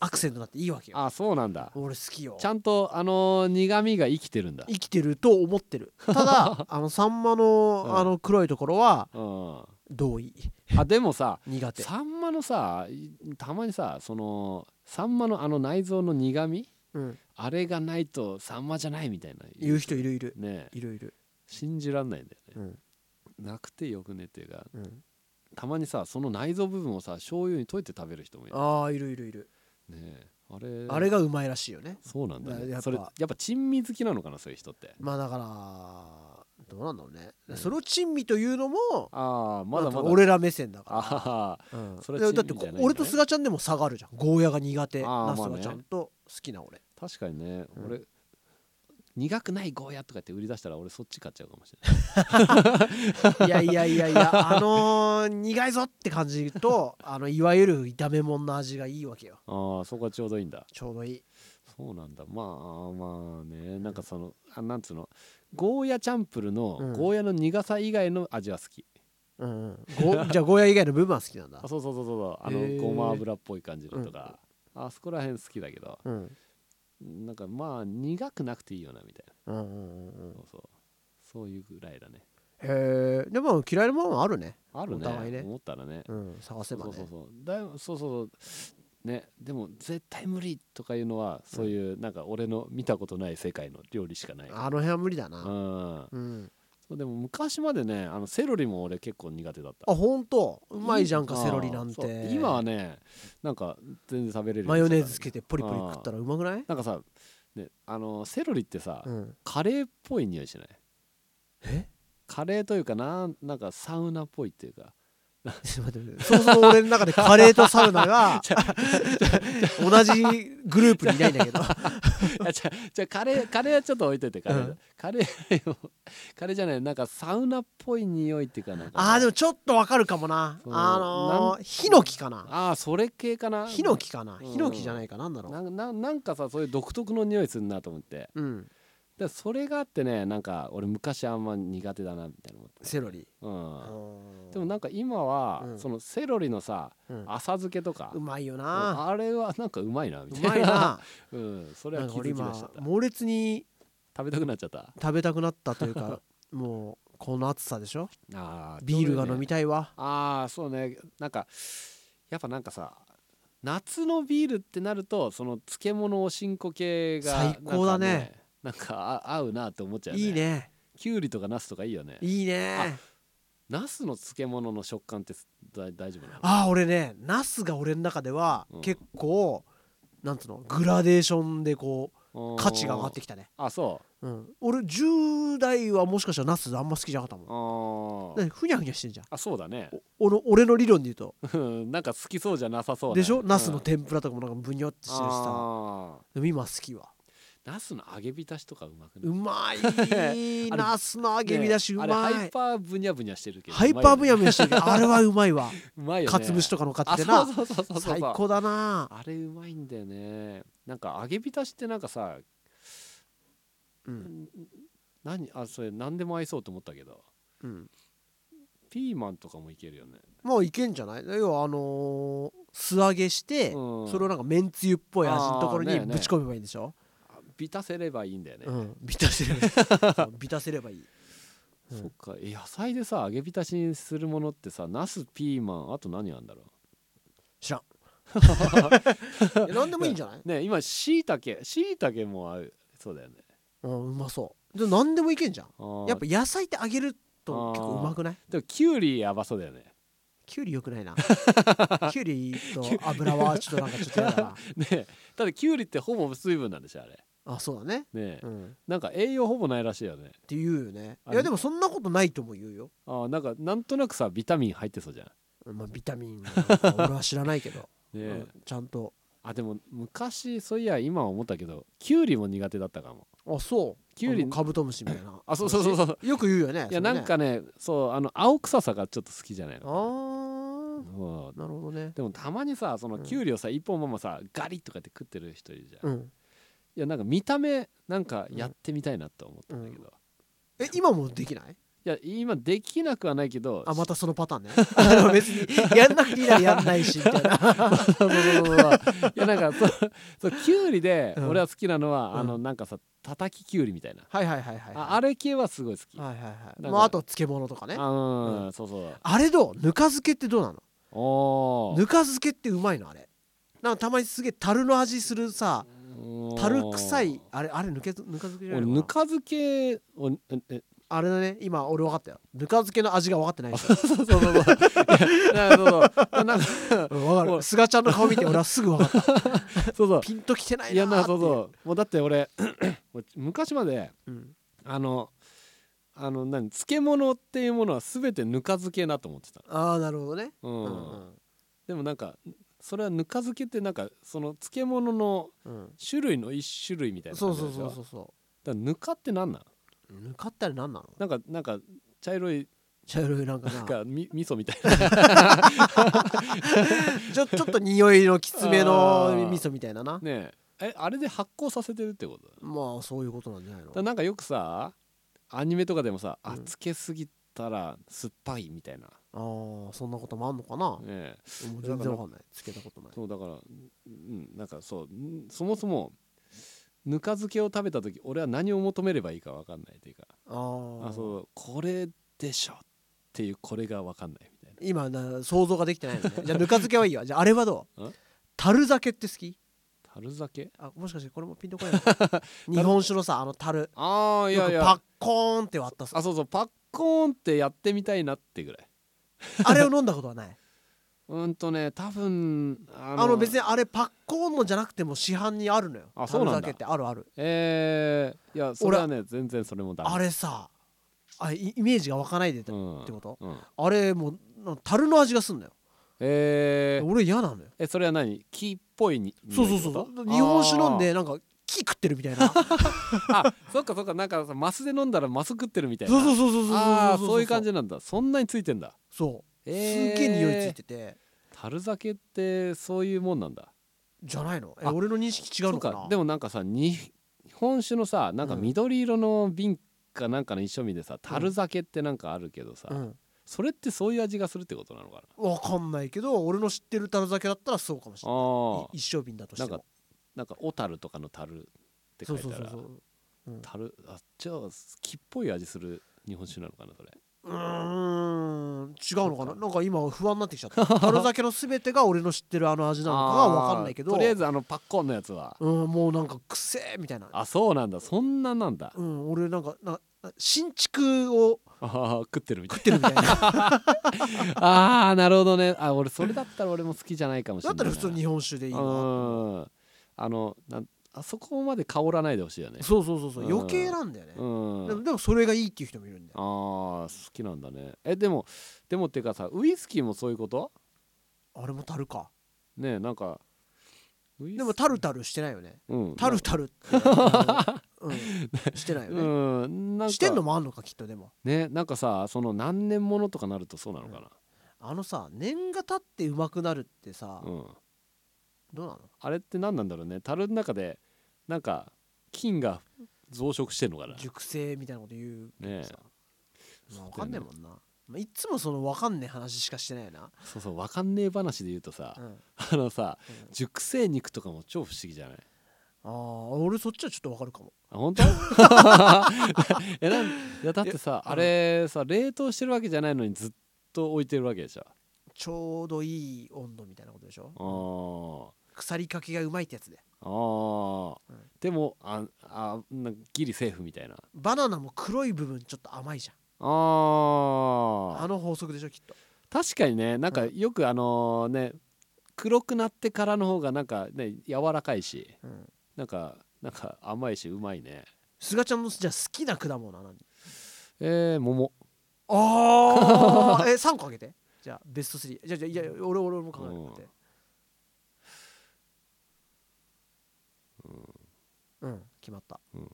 S2: アクセントだっていいわけよ
S1: あそうなんだ
S2: 俺好きよ
S1: ちゃんとあのー苦味が生きてるんだ
S2: 生きてると思ってる ただあのサンマの
S1: うん
S2: あの黒いところは
S1: うんあ
S2: 同意
S1: でもさ
S2: 苦手、
S1: サンマのさいたまにさそのサンマのあの内臓の苦味
S2: うん、
S1: あれがないとサンマじゃないみたいな
S2: 言う人いるいる
S1: ねえ
S2: いるいる、
S1: 信じらんないんだよね
S2: うん
S1: なくてよくねっていうか
S2: うん、
S1: たまにさその内臓部分をさ醤油に溶いて食べる人もいる
S2: ああいるいるいる、
S1: ねえあれ
S2: あれがうまいらしいよね
S1: そうなんだ、
S2: だからやっ
S1: ね、
S2: ぱ
S1: それやっぱ珍味好きなのかなそういう人って
S2: まあだからどうなんだろうね、
S1: うん
S2: それを珍味というのも
S1: ああまだま
S2: なん
S1: だ
S2: か俺ら目線だ
S1: あは
S2: か
S1: は
S2: ら、うん
S1: それは珍味
S2: だって
S1: じゃないんだね
S2: 俺とすがちゃんでも差があるじゃんゴーヤが苦手
S1: あー
S2: なす
S1: まあ
S2: が
S1: ね
S2: ちゃんと好きな俺、
S1: 確かにね、
S2: うん
S1: 俺苦くないゴーヤとかって売り出したら俺そっち買っちゃうかもしれ ない
S2: いやいやいや いやあのー苦いぞって感じとあのいわゆる炒め物の味がいいわけよ
S1: ああそこがちょうどいいんだ
S2: ちょうどいい
S1: そうなんだまあまあねなんかそのあなんつうのゴーヤチャンプルの、
S2: うん
S1: ゴーヤの苦さ以外の味は好き
S2: うん、 ごじゃあゴーヤ以外の部分は好きなんだ
S1: あ、そうそうそうそうあ
S2: へ
S1: の
S2: ー
S1: ごま油っぽい感じのとか、あそこら辺好きだけど
S2: うん
S1: なんかまあ苦くなくていいよなみたいな
S2: うんうんうんうん
S1: そうそうそういうぐらいだね
S2: へえでも嫌いなものもあるね、
S1: ある
S2: お互
S1: ね
S2: いね
S1: 思ったらね
S2: うん、探せ
S1: そう
S2: ば
S1: そうそ
S2: ね
S1: うそうだいぶそうそうそうねでも絶対無理とかいうのはそういうなんか俺の見たことない世界の料理しかない
S2: あの辺は無理だ
S1: う
S2: な、
S1: ん
S2: うん、
S1: そうでも昔までねあのセロリも俺結構苦手だった
S2: あ本当うまいじゃんかセロリなん
S1: そう
S2: て
S1: 今はねなんか全然食べれるよう
S2: マ
S1: に
S2: ヨ
S1: なっちゃ
S2: ネー
S1: った
S2: ズつけてポリポリ食ったらうまくない
S1: なんかさ、ね、あのセロリってさ、
S2: うん
S1: カレーっぽい匂いしない
S2: え
S1: カレーというかなんなんかサウナっぽいっていうか
S2: ちょっと待って待ってそもそも俺の中でカレーとサウ ナが同じグループにいない んだけど
S1: あじゃあじゃあカレーカレーはちょっと置いといてカレー、
S2: うん
S1: カレーカレーじゃないなんかサウナっぽい匂いっていうかなんか
S2: あーでもちょっとわかるかもな
S1: そう
S2: あのー、ヒノキかな
S1: あーそれ系かな
S2: ヒノキか
S1: う
S2: な
S1: ん
S2: ヒノキじゃないかなんだろう
S1: なななんかさそういう独特の匂いするなと思って
S2: うん
S1: でそれがあってねなんか俺昔あんま苦手だなみたいな思って
S2: セロリ
S1: うん
S2: うん
S1: でもなんか今は、
S2: うん
S1: そのセロリのさ
S2: うん
S1: 浅漬けとか、
S2: うまいよな
S1: あれはなんかうまいなみた
S2: う
S1: いな
S2: まいな
S1: うんそれ
S2: な
S1: は
S2: ん
S1: 気
S2: か俺
S1: づきま
S2: 今
S1: した
S2: 猛烈に
S1: 食べたくなっちゃった
S2: 食べたくなったというかもうこの暑さでしょ
S1: あー
S2: ビールが飲み
S1: ちょうどいいね
S2: たいわ
S1: ああそうねなんかやっぱなんかさ夏のビールってなるとその漬物おしんこ系が
S2: 最高だね
S1: なんかねなんかあ合うなって思っちゃうね
S2: いいね
S1: きゅうりとかナスとかいいよね
S2: いいね
S1: ナスの漬物の食感ってだ大丈夫なの
S2: ああ俺ねナスが俺の中では
S1: うん
S2: 結構、なんつうのグラデーションでこう価値が上がって
S1: き
S2: きたね、
S1: あそ
S2: うん、俺10代はもしかしたらナスあんま好きじゃなかった
S1: う
S2: も
S1: あ
S2: んな
S1: ー
S2: んかふにゃふにゃしてんじゃん
S1: あそうだね
S2: お俺の俺の理論で言うと
S1: うんなんか好きそうじゃなさそうね
S2: でしょ
S1: うん
S2: ナスの天ぷらとかもなんかブニョってしてるしさ
S1: あ
S2: でも今好きわ
S1: ーナスの揚げ浸しとかうまくないう
S2: まい
S1: あれ
S2: ナスの揚げ出しう
S1: ね
S2: ま
S1: あ
S2: い、
S1: れハイパーブニャブニャしてるけど
S2: ハイパーブ
S1: ブ
S2: ニャブニャしてるけどあれはうまいわ
S1: うまいよね
S2: かつむしとかのか
S1: あ
S2: ってな
S1: そうそうそうそうそう
S2: 最高だな
S1: あれうまいんだよねなんか揚げ浸しってなんかさ
S2: うん
S1: 何あそれ何でも合いそうと思ったけど
S2: うん
S1: ピーマンとかもいけるよね
S2: まあいけんじゃない要はあのー素揚げして、
S1: うん
S2: それをなんかめんつゆっぽい味のところ
S1: あー
S2: に
S1: ねえねえ
S2: ぶち込めばいいんでしょ、
S1: ビタせればいいんだよね、
S2: うん、ビタせればいいそうビタせればいいうん
S1: そっかえ野菜でさ揚げ浸しにするものってさナスピーマンあと何あんだろ、
S2: 知らんいや何でもいいんじゃないう
S1: ね今しいたけしいたけもあうそうだよね
S2: うん、うまそうで何でもいけんじゃん
S1: あー
S2: やっぱ野菜って揚げると結構うまくない
S1: でもキュウリやばそうだよね
S2: きゅうりよ くないなきゅうりと油はちょっとなんかちょっとやだ な
S1: ねただキュウリってほぼ水分なんでしょあれ
S2: あそうだね、
S1: ね
S2: うん、っ
S1: なんか栄養ほぼないらしいよね
S2: て言うよね
S1: あ
S2: いやでもそんなことないとも言うよ、
S1: あーなんかなんとなくさビタミン入ってそうじゃんね
S2: まあ、ビタミンなんか俺は知らないけど、
S1: え
S2: うんちゃんと
S1: あでも昔そういや今思ったけどキュウリも苦手だったかも
S2: あそう
S1: きゅうり
S2: あのカブトムシみたいな
S1: あそうそうそうそう
S2: よく言うよね
S1: いや
S2: それ
S1: な
S2: ね
S1: んかねそうあの青臭さがちょっと好きじゃない
S2: あ
S1: の
S2: ー
S1: そう
S2: なるほどね
S1: でもたまにさその
S2: うん
S1: キュウリをさ一本ままさガリッとかって食ってる人いるじゃん、
S2: う
S1: い
S2: ん
S1: やなんか見た目なんかやってみたいなと思ったんだけど、い
S2: え今もできない
S1: や今できなくはないけど
S2: あまたそのパ ターンねあの別にやんなくていいならやんないしみたいな
S1: そうそうそうそうい やなんかそうそうキュウリで
S2: うん
S1: 俺は好きなのは、
S2: うん
S1: あのなんかさたたきキュウリみたいな、
S2: はいはいはいはい
S1: ああれ系はすごい好き、
S2: はいはいはい
S1: なんか
S2: まああと漬物とかね
S1: あうん、
S2: う
S1: そうそう
S2: あれどうぬか漬けってどうなの
S1: お
S2: ぬか漬けってうまいのあれなんかたまにすげえ樽の味するさ
S1: お
S2: 樽臭いあれあれぬけぬか漬けじゃ
S1: 俺
S2: ないのか
S1: ぬか
S2: な
S1: 漬けをええ
S2: あれだね今俺分かったよぬか漬けの味が分かってないで し
S1: そうそうそうそういやそう そうなんか
S2: ょうん分
S1: も
S2: かる
S1: う
S2: すがちゃんの顔見て俺はすぐ分かった
S1: そう そう
S2: ピンときてない
S1: い
S2: なー
S1: や
S2: ってい
S1: なそうそうもうだって 俺もう昔まで
S2: う、うん、
S1: あのあの何漬物っていうものは全てぬか漬けなと思ってた、
S2: ああなるほどね
S1: う
S2: うんんうん
S1: でもなんかそれはぬか漬けってなんかその漬物の
S2: うん
S1: 種類の一種類みたいな
S2: そう
S1: 感じ
S2: そ
S1: で
S2: う
S1: しょだ
S2: そう
S1: か
S2: そうそ
S1: らぬかってなんなん
S2: うぬかってあれ何なの
S1: なんかなんか茶色い
S2: 茶色いなんか
S1: なん
S2: な
S1: かみ味噌みたいな
S2: ちょちょっと匂いのきつめ
S1: あ
S2: の
S1: ー
S2: 味噌みたいなな
S1: ねええあれで発酵させてるってことだか
S2: まあそういうことなんじゃないの
S1: らなんかよくさアニメとかでもさ、
S2: う
S1: あ
S2: ん
S1: つけすぎたら酸っぱいみたいな、ね
S2: ああそんなこともあんのかな
S1: え
S2: もう全然わかんないつけたことない
S1: そうだからうんなんかそうんそもそもぬか漬けを食べた時俺は何を求めればいいか分かんないというか
S2: あー
S1: あそうこれでしょっていうこれが分かんないみたいな
S2: 今な想像ができ てないのねじゃあぬか漬けはいいわじゃああれはどうん樽酒って好き
S1: 樽酒
S2: あもしかしてこれもピンとこないのか 日本酒のさあの樽
S1: ああいやい
S2: よくパ
S1: や
S2: ッコーンって割ったさ
S1: あそうそうパッコーンってやってみたいなってぐらい
S2: あれを飲んだことはない
S1: うんとね多分あ
S2: あの別にあれパッコーンのじゃなくても市販にあるのよ
S1: あそうなんだ
S2: 樽酒ってあるある
S1: えー、いやそれはね全然それもダメ
S2: あれさあイイメージが湧かないでた
S1: うん
S2: ってこと
S1: うん、
S2: あれもうな樽の味がすんのよ
S1: えー、
S2: 俺嫌なのよ
S1: えそれは何木っぽいに
S2: そうそうそう日本酒飲ん
S1: で
S2: でなんか木食ってるみた いな
S1: あそっかそっかなんかさマスで飲んだらマス食ってるみたいな
S2: そうそうそうそうそう
S1: ああそういう感じなんだそんなについてんだ
S2: そうす
S1: え
S2: っ
S1: ー
S2: げえ匂いついてて
S1: 樽酒ってそういうもんなんだ
S2: じゃないのえ
S1: あ
S2: 俺の認識違うのか
S1: そ
S2: な
S1: かでもなんかさに日本酒のさなんか緑色の瓶かなんかの一緒見でさ樽酒ってなんかあるけどさ、
S2: うん
S1: それってそういう味がするってことなのかな
S2: わかんないけど俺の知ってる樽酒だったらそうかもしれない
S1: あ
S2: い一升瓶だとして
S1: あん
S2: も
S1: かなんか小樽とかの樽って書いたら
S2: そうそうそうそううん
S1: 樽あじゃあ木っぽい味する日本酒なのかなそれ
S2: うーん違うのか
S1: そ
S2: な
S1: うか
S2: なんか今不安になってきちゃった 樽酒の全てが俺の知ってるあの味なのかが分かんないけど
S1: あーとりあえずあのパッコーンのやつは
S2: うんもうなんかくせえみたいな
S1: あそうなんだそんななんだ
S2: うん俺なんかなな新築を
S1: あー食ってるみたい
S2: 食ってる みたいな
S1: ああなるほどねあ俺それだったら俺も好きじゃないかもしれ
S2: だ
S1: ない
S2: った
S1: な
S2: ら普通に日本酒でいいわ
S1: うんあのなんあそこまで香らないでほしいよね
S2: そうそうそうそう
S1: うん
S2: 余計なんだよね
S1: うん
S2: でもでもそれがいいっていう人もいるんだよ
S1: あー好きなんだねえでもでもっていうかさウイスキーもそういうこと
S2: あれも樽か
S1: ねえなんかウイス
S2: でもタルタルしてないよね
S1: うん
S2: タルタルって あのうんしてないよね
S1: うんなんか
S2: してんのもあんのかきっとでも
S1: ねなんかさその何年ものとかなるとそうなのか
S2: あのさ年が経ってうまくなるってさ
S1: なうん、
S2: どうなの
S1: あれって何なんだろうね樽の中でなんか菌が増殖してんのかな
S2: 熟成みたいなこと言うけどさ、
S1: ねえ
S2: まあ、分かんないもんな、まあいつもその分かんねえ話しかしてないな、
S1: そうそう分かんねえ話で言うとさ
S2: う、んうん、
S1: あのさ熟成肉とかも超不思議じゃない
S2: ああ俺そっちはちょっと分かるかも
S1: あ本当 えなんいやだってさ
S2: え
S1: あれさ冷凍してるわけじゃないのにずっと置いてるわけでしょ
S2: ちょうどいい温度みたいなことでしょ
S1: あ
S2: 腐りかけがうまいってやつで
S1: ーあー、
S2: うん
S1: でもああなんかギリセーフみたいな
S2: バナナも黒い部分ちょっと甘いじゃんあ
S1: ああ
S2: の法則でしょきっと
S1: 確かにねなんか
S2: う
S1: よくあのね黒くなってからの方がなんかね柔らかいし
S2: うん
S1: なんかなんか甘いしうまいね
S2: すがちゃんのじゃあ好きな果物は何
S1: えー、桃
S2: あ あえ3個あげてじゃあベスト3じゃあじゃあいや俺俺も考えるからってうん、決まった、
S1: うん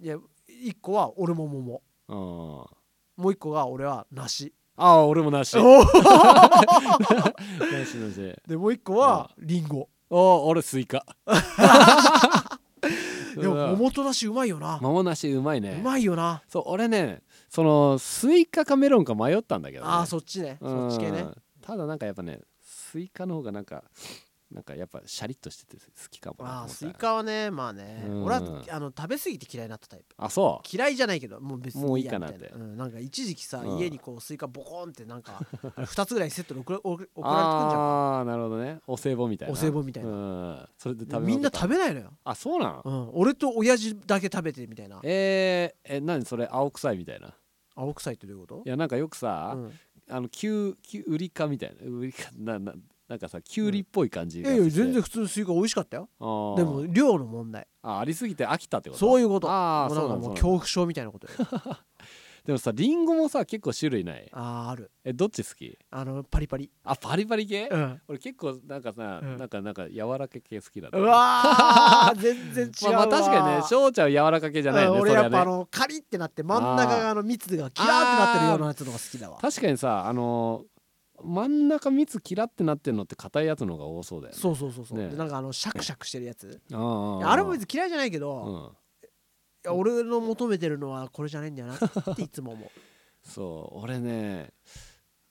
S2: いや1個は俺も桃
S1: あー
S2: もう1個が俺は梨
S1: あー俺もなしな
S2: おー
S1: しな し
S2: でもう1個はリンゴ
S1: ああ俺スイカ
S2: でも桃と梨うまいよな、
S1: 桃なしうまいね
S2: うまいよな
S1: そう俺ねそのスイカかメロンか迷ったんだけど、ね、
S2: ああそっちね
S1: うん
S2: そっち系ね
S1: ただなんかやっぱねスイカの方がなんかなんかやっぱシャリッとしてて好きかもなと
S2: あ
S1: 思
S2: あ
S1: った
S2: スイカはねまあね
S1: うん
S2: 俺はあの食べ過ぎて嫌いになったタイプ
S1: あそ
S2: 嫌いじゃないけどもう別に
S1: もういいかなっ
S2: や
S1: て
S2: みたいうん、なんか一時期さ、
S1: うん
S2: 家にこうスイカボコーンってなんか2 つぐらいセットで送ら送られてく
S1: うん
S2: じゃ
S1: ああーなるほどねお歳暮みたいな
S2: お歳暮みたいな
S1: うんそれで食べ
S2: んみんな食
S1: べ
S2: べないのよ、
S1: あそうなの
S2: うん、俺と親父だけ食べてみたいな
S1: えー、え何それ青臭いみたいな
S2: 青臭いってどういうこと
S1: いやなんかよく
S2: う
S1: さ、
S2: ん、
S1: あのキュウキュウウリ科みたいなウリ科なななんかさキュウリっぽい感じ
S2: い
S1: が
S2: や
S1: して
S2: いや全然普通のスイカ美味しかったよ
S1: あー
S2: でも量の問題
S1: あありすぎて飽きたってこと
S2: そういうこと
S1: ああ
S2: もうな
S1: そ
S2: ん
S1: う
S2: か
S1: な
S2: もう
S1: の
S2: 恐怖症みたいなことよ
S1: でもさリンゴもさ結構種類ない
S2: ああある
S1: えどっち好き
S2: あのパリパリ、
S1: あパリパリ系
S2: うん、
S1: 俺結構なんかさ、
S2: うん
S1: なんかなんか柔らか系好きだった
S2: うわ ー全然違う
S1: まあ
S2: わ、
S1: まあ確かにね翔ちゃんは柔らか系じゃないよ
S2: う
S1: ねそ
S2: ん俺
S1: れ
S2: や
S1: は
S2: っぱあ
S1: ね
S2: のカリってなって真ん中があの蜜がキラーってなってるようなやつのが好きだわ
S1: 確かにさあのー真ん中蜜キラってなってるのって硬いやつの方が多そうだよね
S2: そうそうそうそう、
S1: ね
S2: でなんかあのシャクシャクしてるやつ
S1: あ
S2: あれも別
S1: に
S2: に嫌いじゃないけど、
S1: う
S2: い
S1: ん
S2: や俺の求めてるのはこれじゃないんだよなっていつ も思う
S1: そう俺ね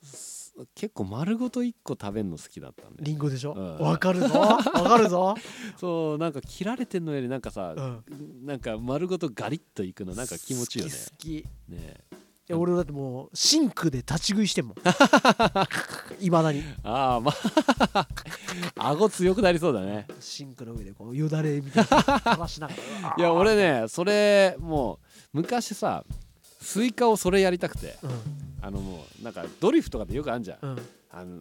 S1: す結構丸ごと1個食べるの好きだったんで
S2: リンゴでしょ
S1: うん
S2: わ、かる ぞわかるぞ、
S1: そうなんか切られてんのよりなんかさ、
S2: うん、
S1: なんか丸ごとガリッといくのなんか気持ちいいよね
S2: 好き好きい
S1: ねえ
S2: や俺だってもうシンクで立ち食いしてん もんいまだに
S1: ああまあ 顎強くなりそうだね
S2: シンクの上でこうよだれみたいな話しながら
S1: いや俺ねそれもう昔さスイカをそれやりたくて
S2: うん
S1: あのもうなんかドリフとかでよくあんじゃん、
S2: うん
S1: あの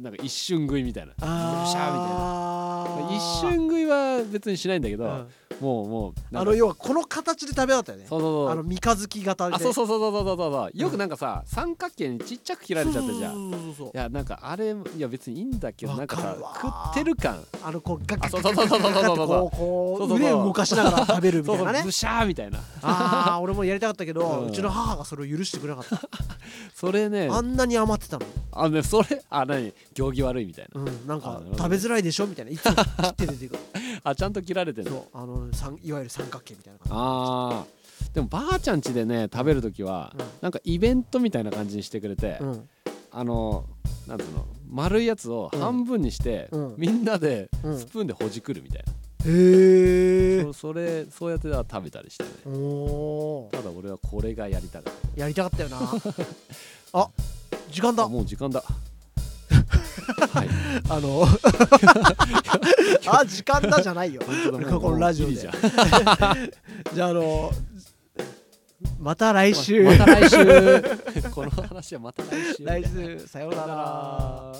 S1: なんか一瞬食いみたいなブシャーみたいな
S2: あー
S1: 一瞬食いは別にしないんだけど、
S2: うん
S1: もうもうな
S2: あ
S1: んか
S2: の要はこの形で食べたかったよね
S1: そうそう
S2: あ
S1: そ
S2: の
S1: う
S2: 三日月型で
S1: あそうそうそうそうそうそうそうよくなんかさ三角形にちっちゃく切られちゃったじゃんい
S2: そうそうそうそう
S1: やなんかあれいや別にいいんだけどなんか
S2: わ
S1: さ
S2: かるわ
S1: 食ってる感
S2: あのこうガッガ
S1: あ
S2: ッ
S1: そう
S2: ガ
S1: そ
S2: ッ
S1: う
S2: ガ
S1: そ
S2: ッ
S1: う
S2: ガ
S1: そう
S2: ッガ
S1: そ
S2: ッって
S1: うそうそ
S2: こうこ
S1: そうそうそう
S2: う腕を動かしながら食べるみ
S1: そ
S2: た
S1: う
S2: い
S1: そ
S2: な
S1: う
S2: ね
S1: ブシャーみたいな
S2: ああ俺もやりたかったけど
S1: うん
S2: うちの母がそれを許してくれなかった
S1: それね
S2: あんなに余ってたの
S1: あねそれあ何行儀悪いみたいな
S2: うん
S1: あ
S2: なん
S1: な
S2: か
S1: るほど
S2: 食べづらいでしょみたいないつも切って出てくる
S1: あちゃんと切られてる
S2: そうあの三いわゆる三角形みたいな感
S1: あーでもばあちゃん家でね食べる時は、
S2: うん
S1: なんかイベントみたいな感じにしてくれて、
S2: じうん
S1: あのなんつうの丸いやつを半分にして、
S2: うん
S1: みんなで
S2: うん
S1: スプーンでほじくるみたいな、
S2: へえ
S1: そうそれそうやってだから食べたりしてね
S2: おお
S1: ただ俺はこれがやりたかっ
S2: やりたかった よなあ時間
S1: た
S2: だ
S1: あもう時間 だはい
S2: あの あ時間だじゃないよ
S1: 本当だもう
S2: このラジオで
S1: もういいじゃん
S2: じゃああのまた来週、
S1: また来週この話はまた来週
S2: 来週さようなら。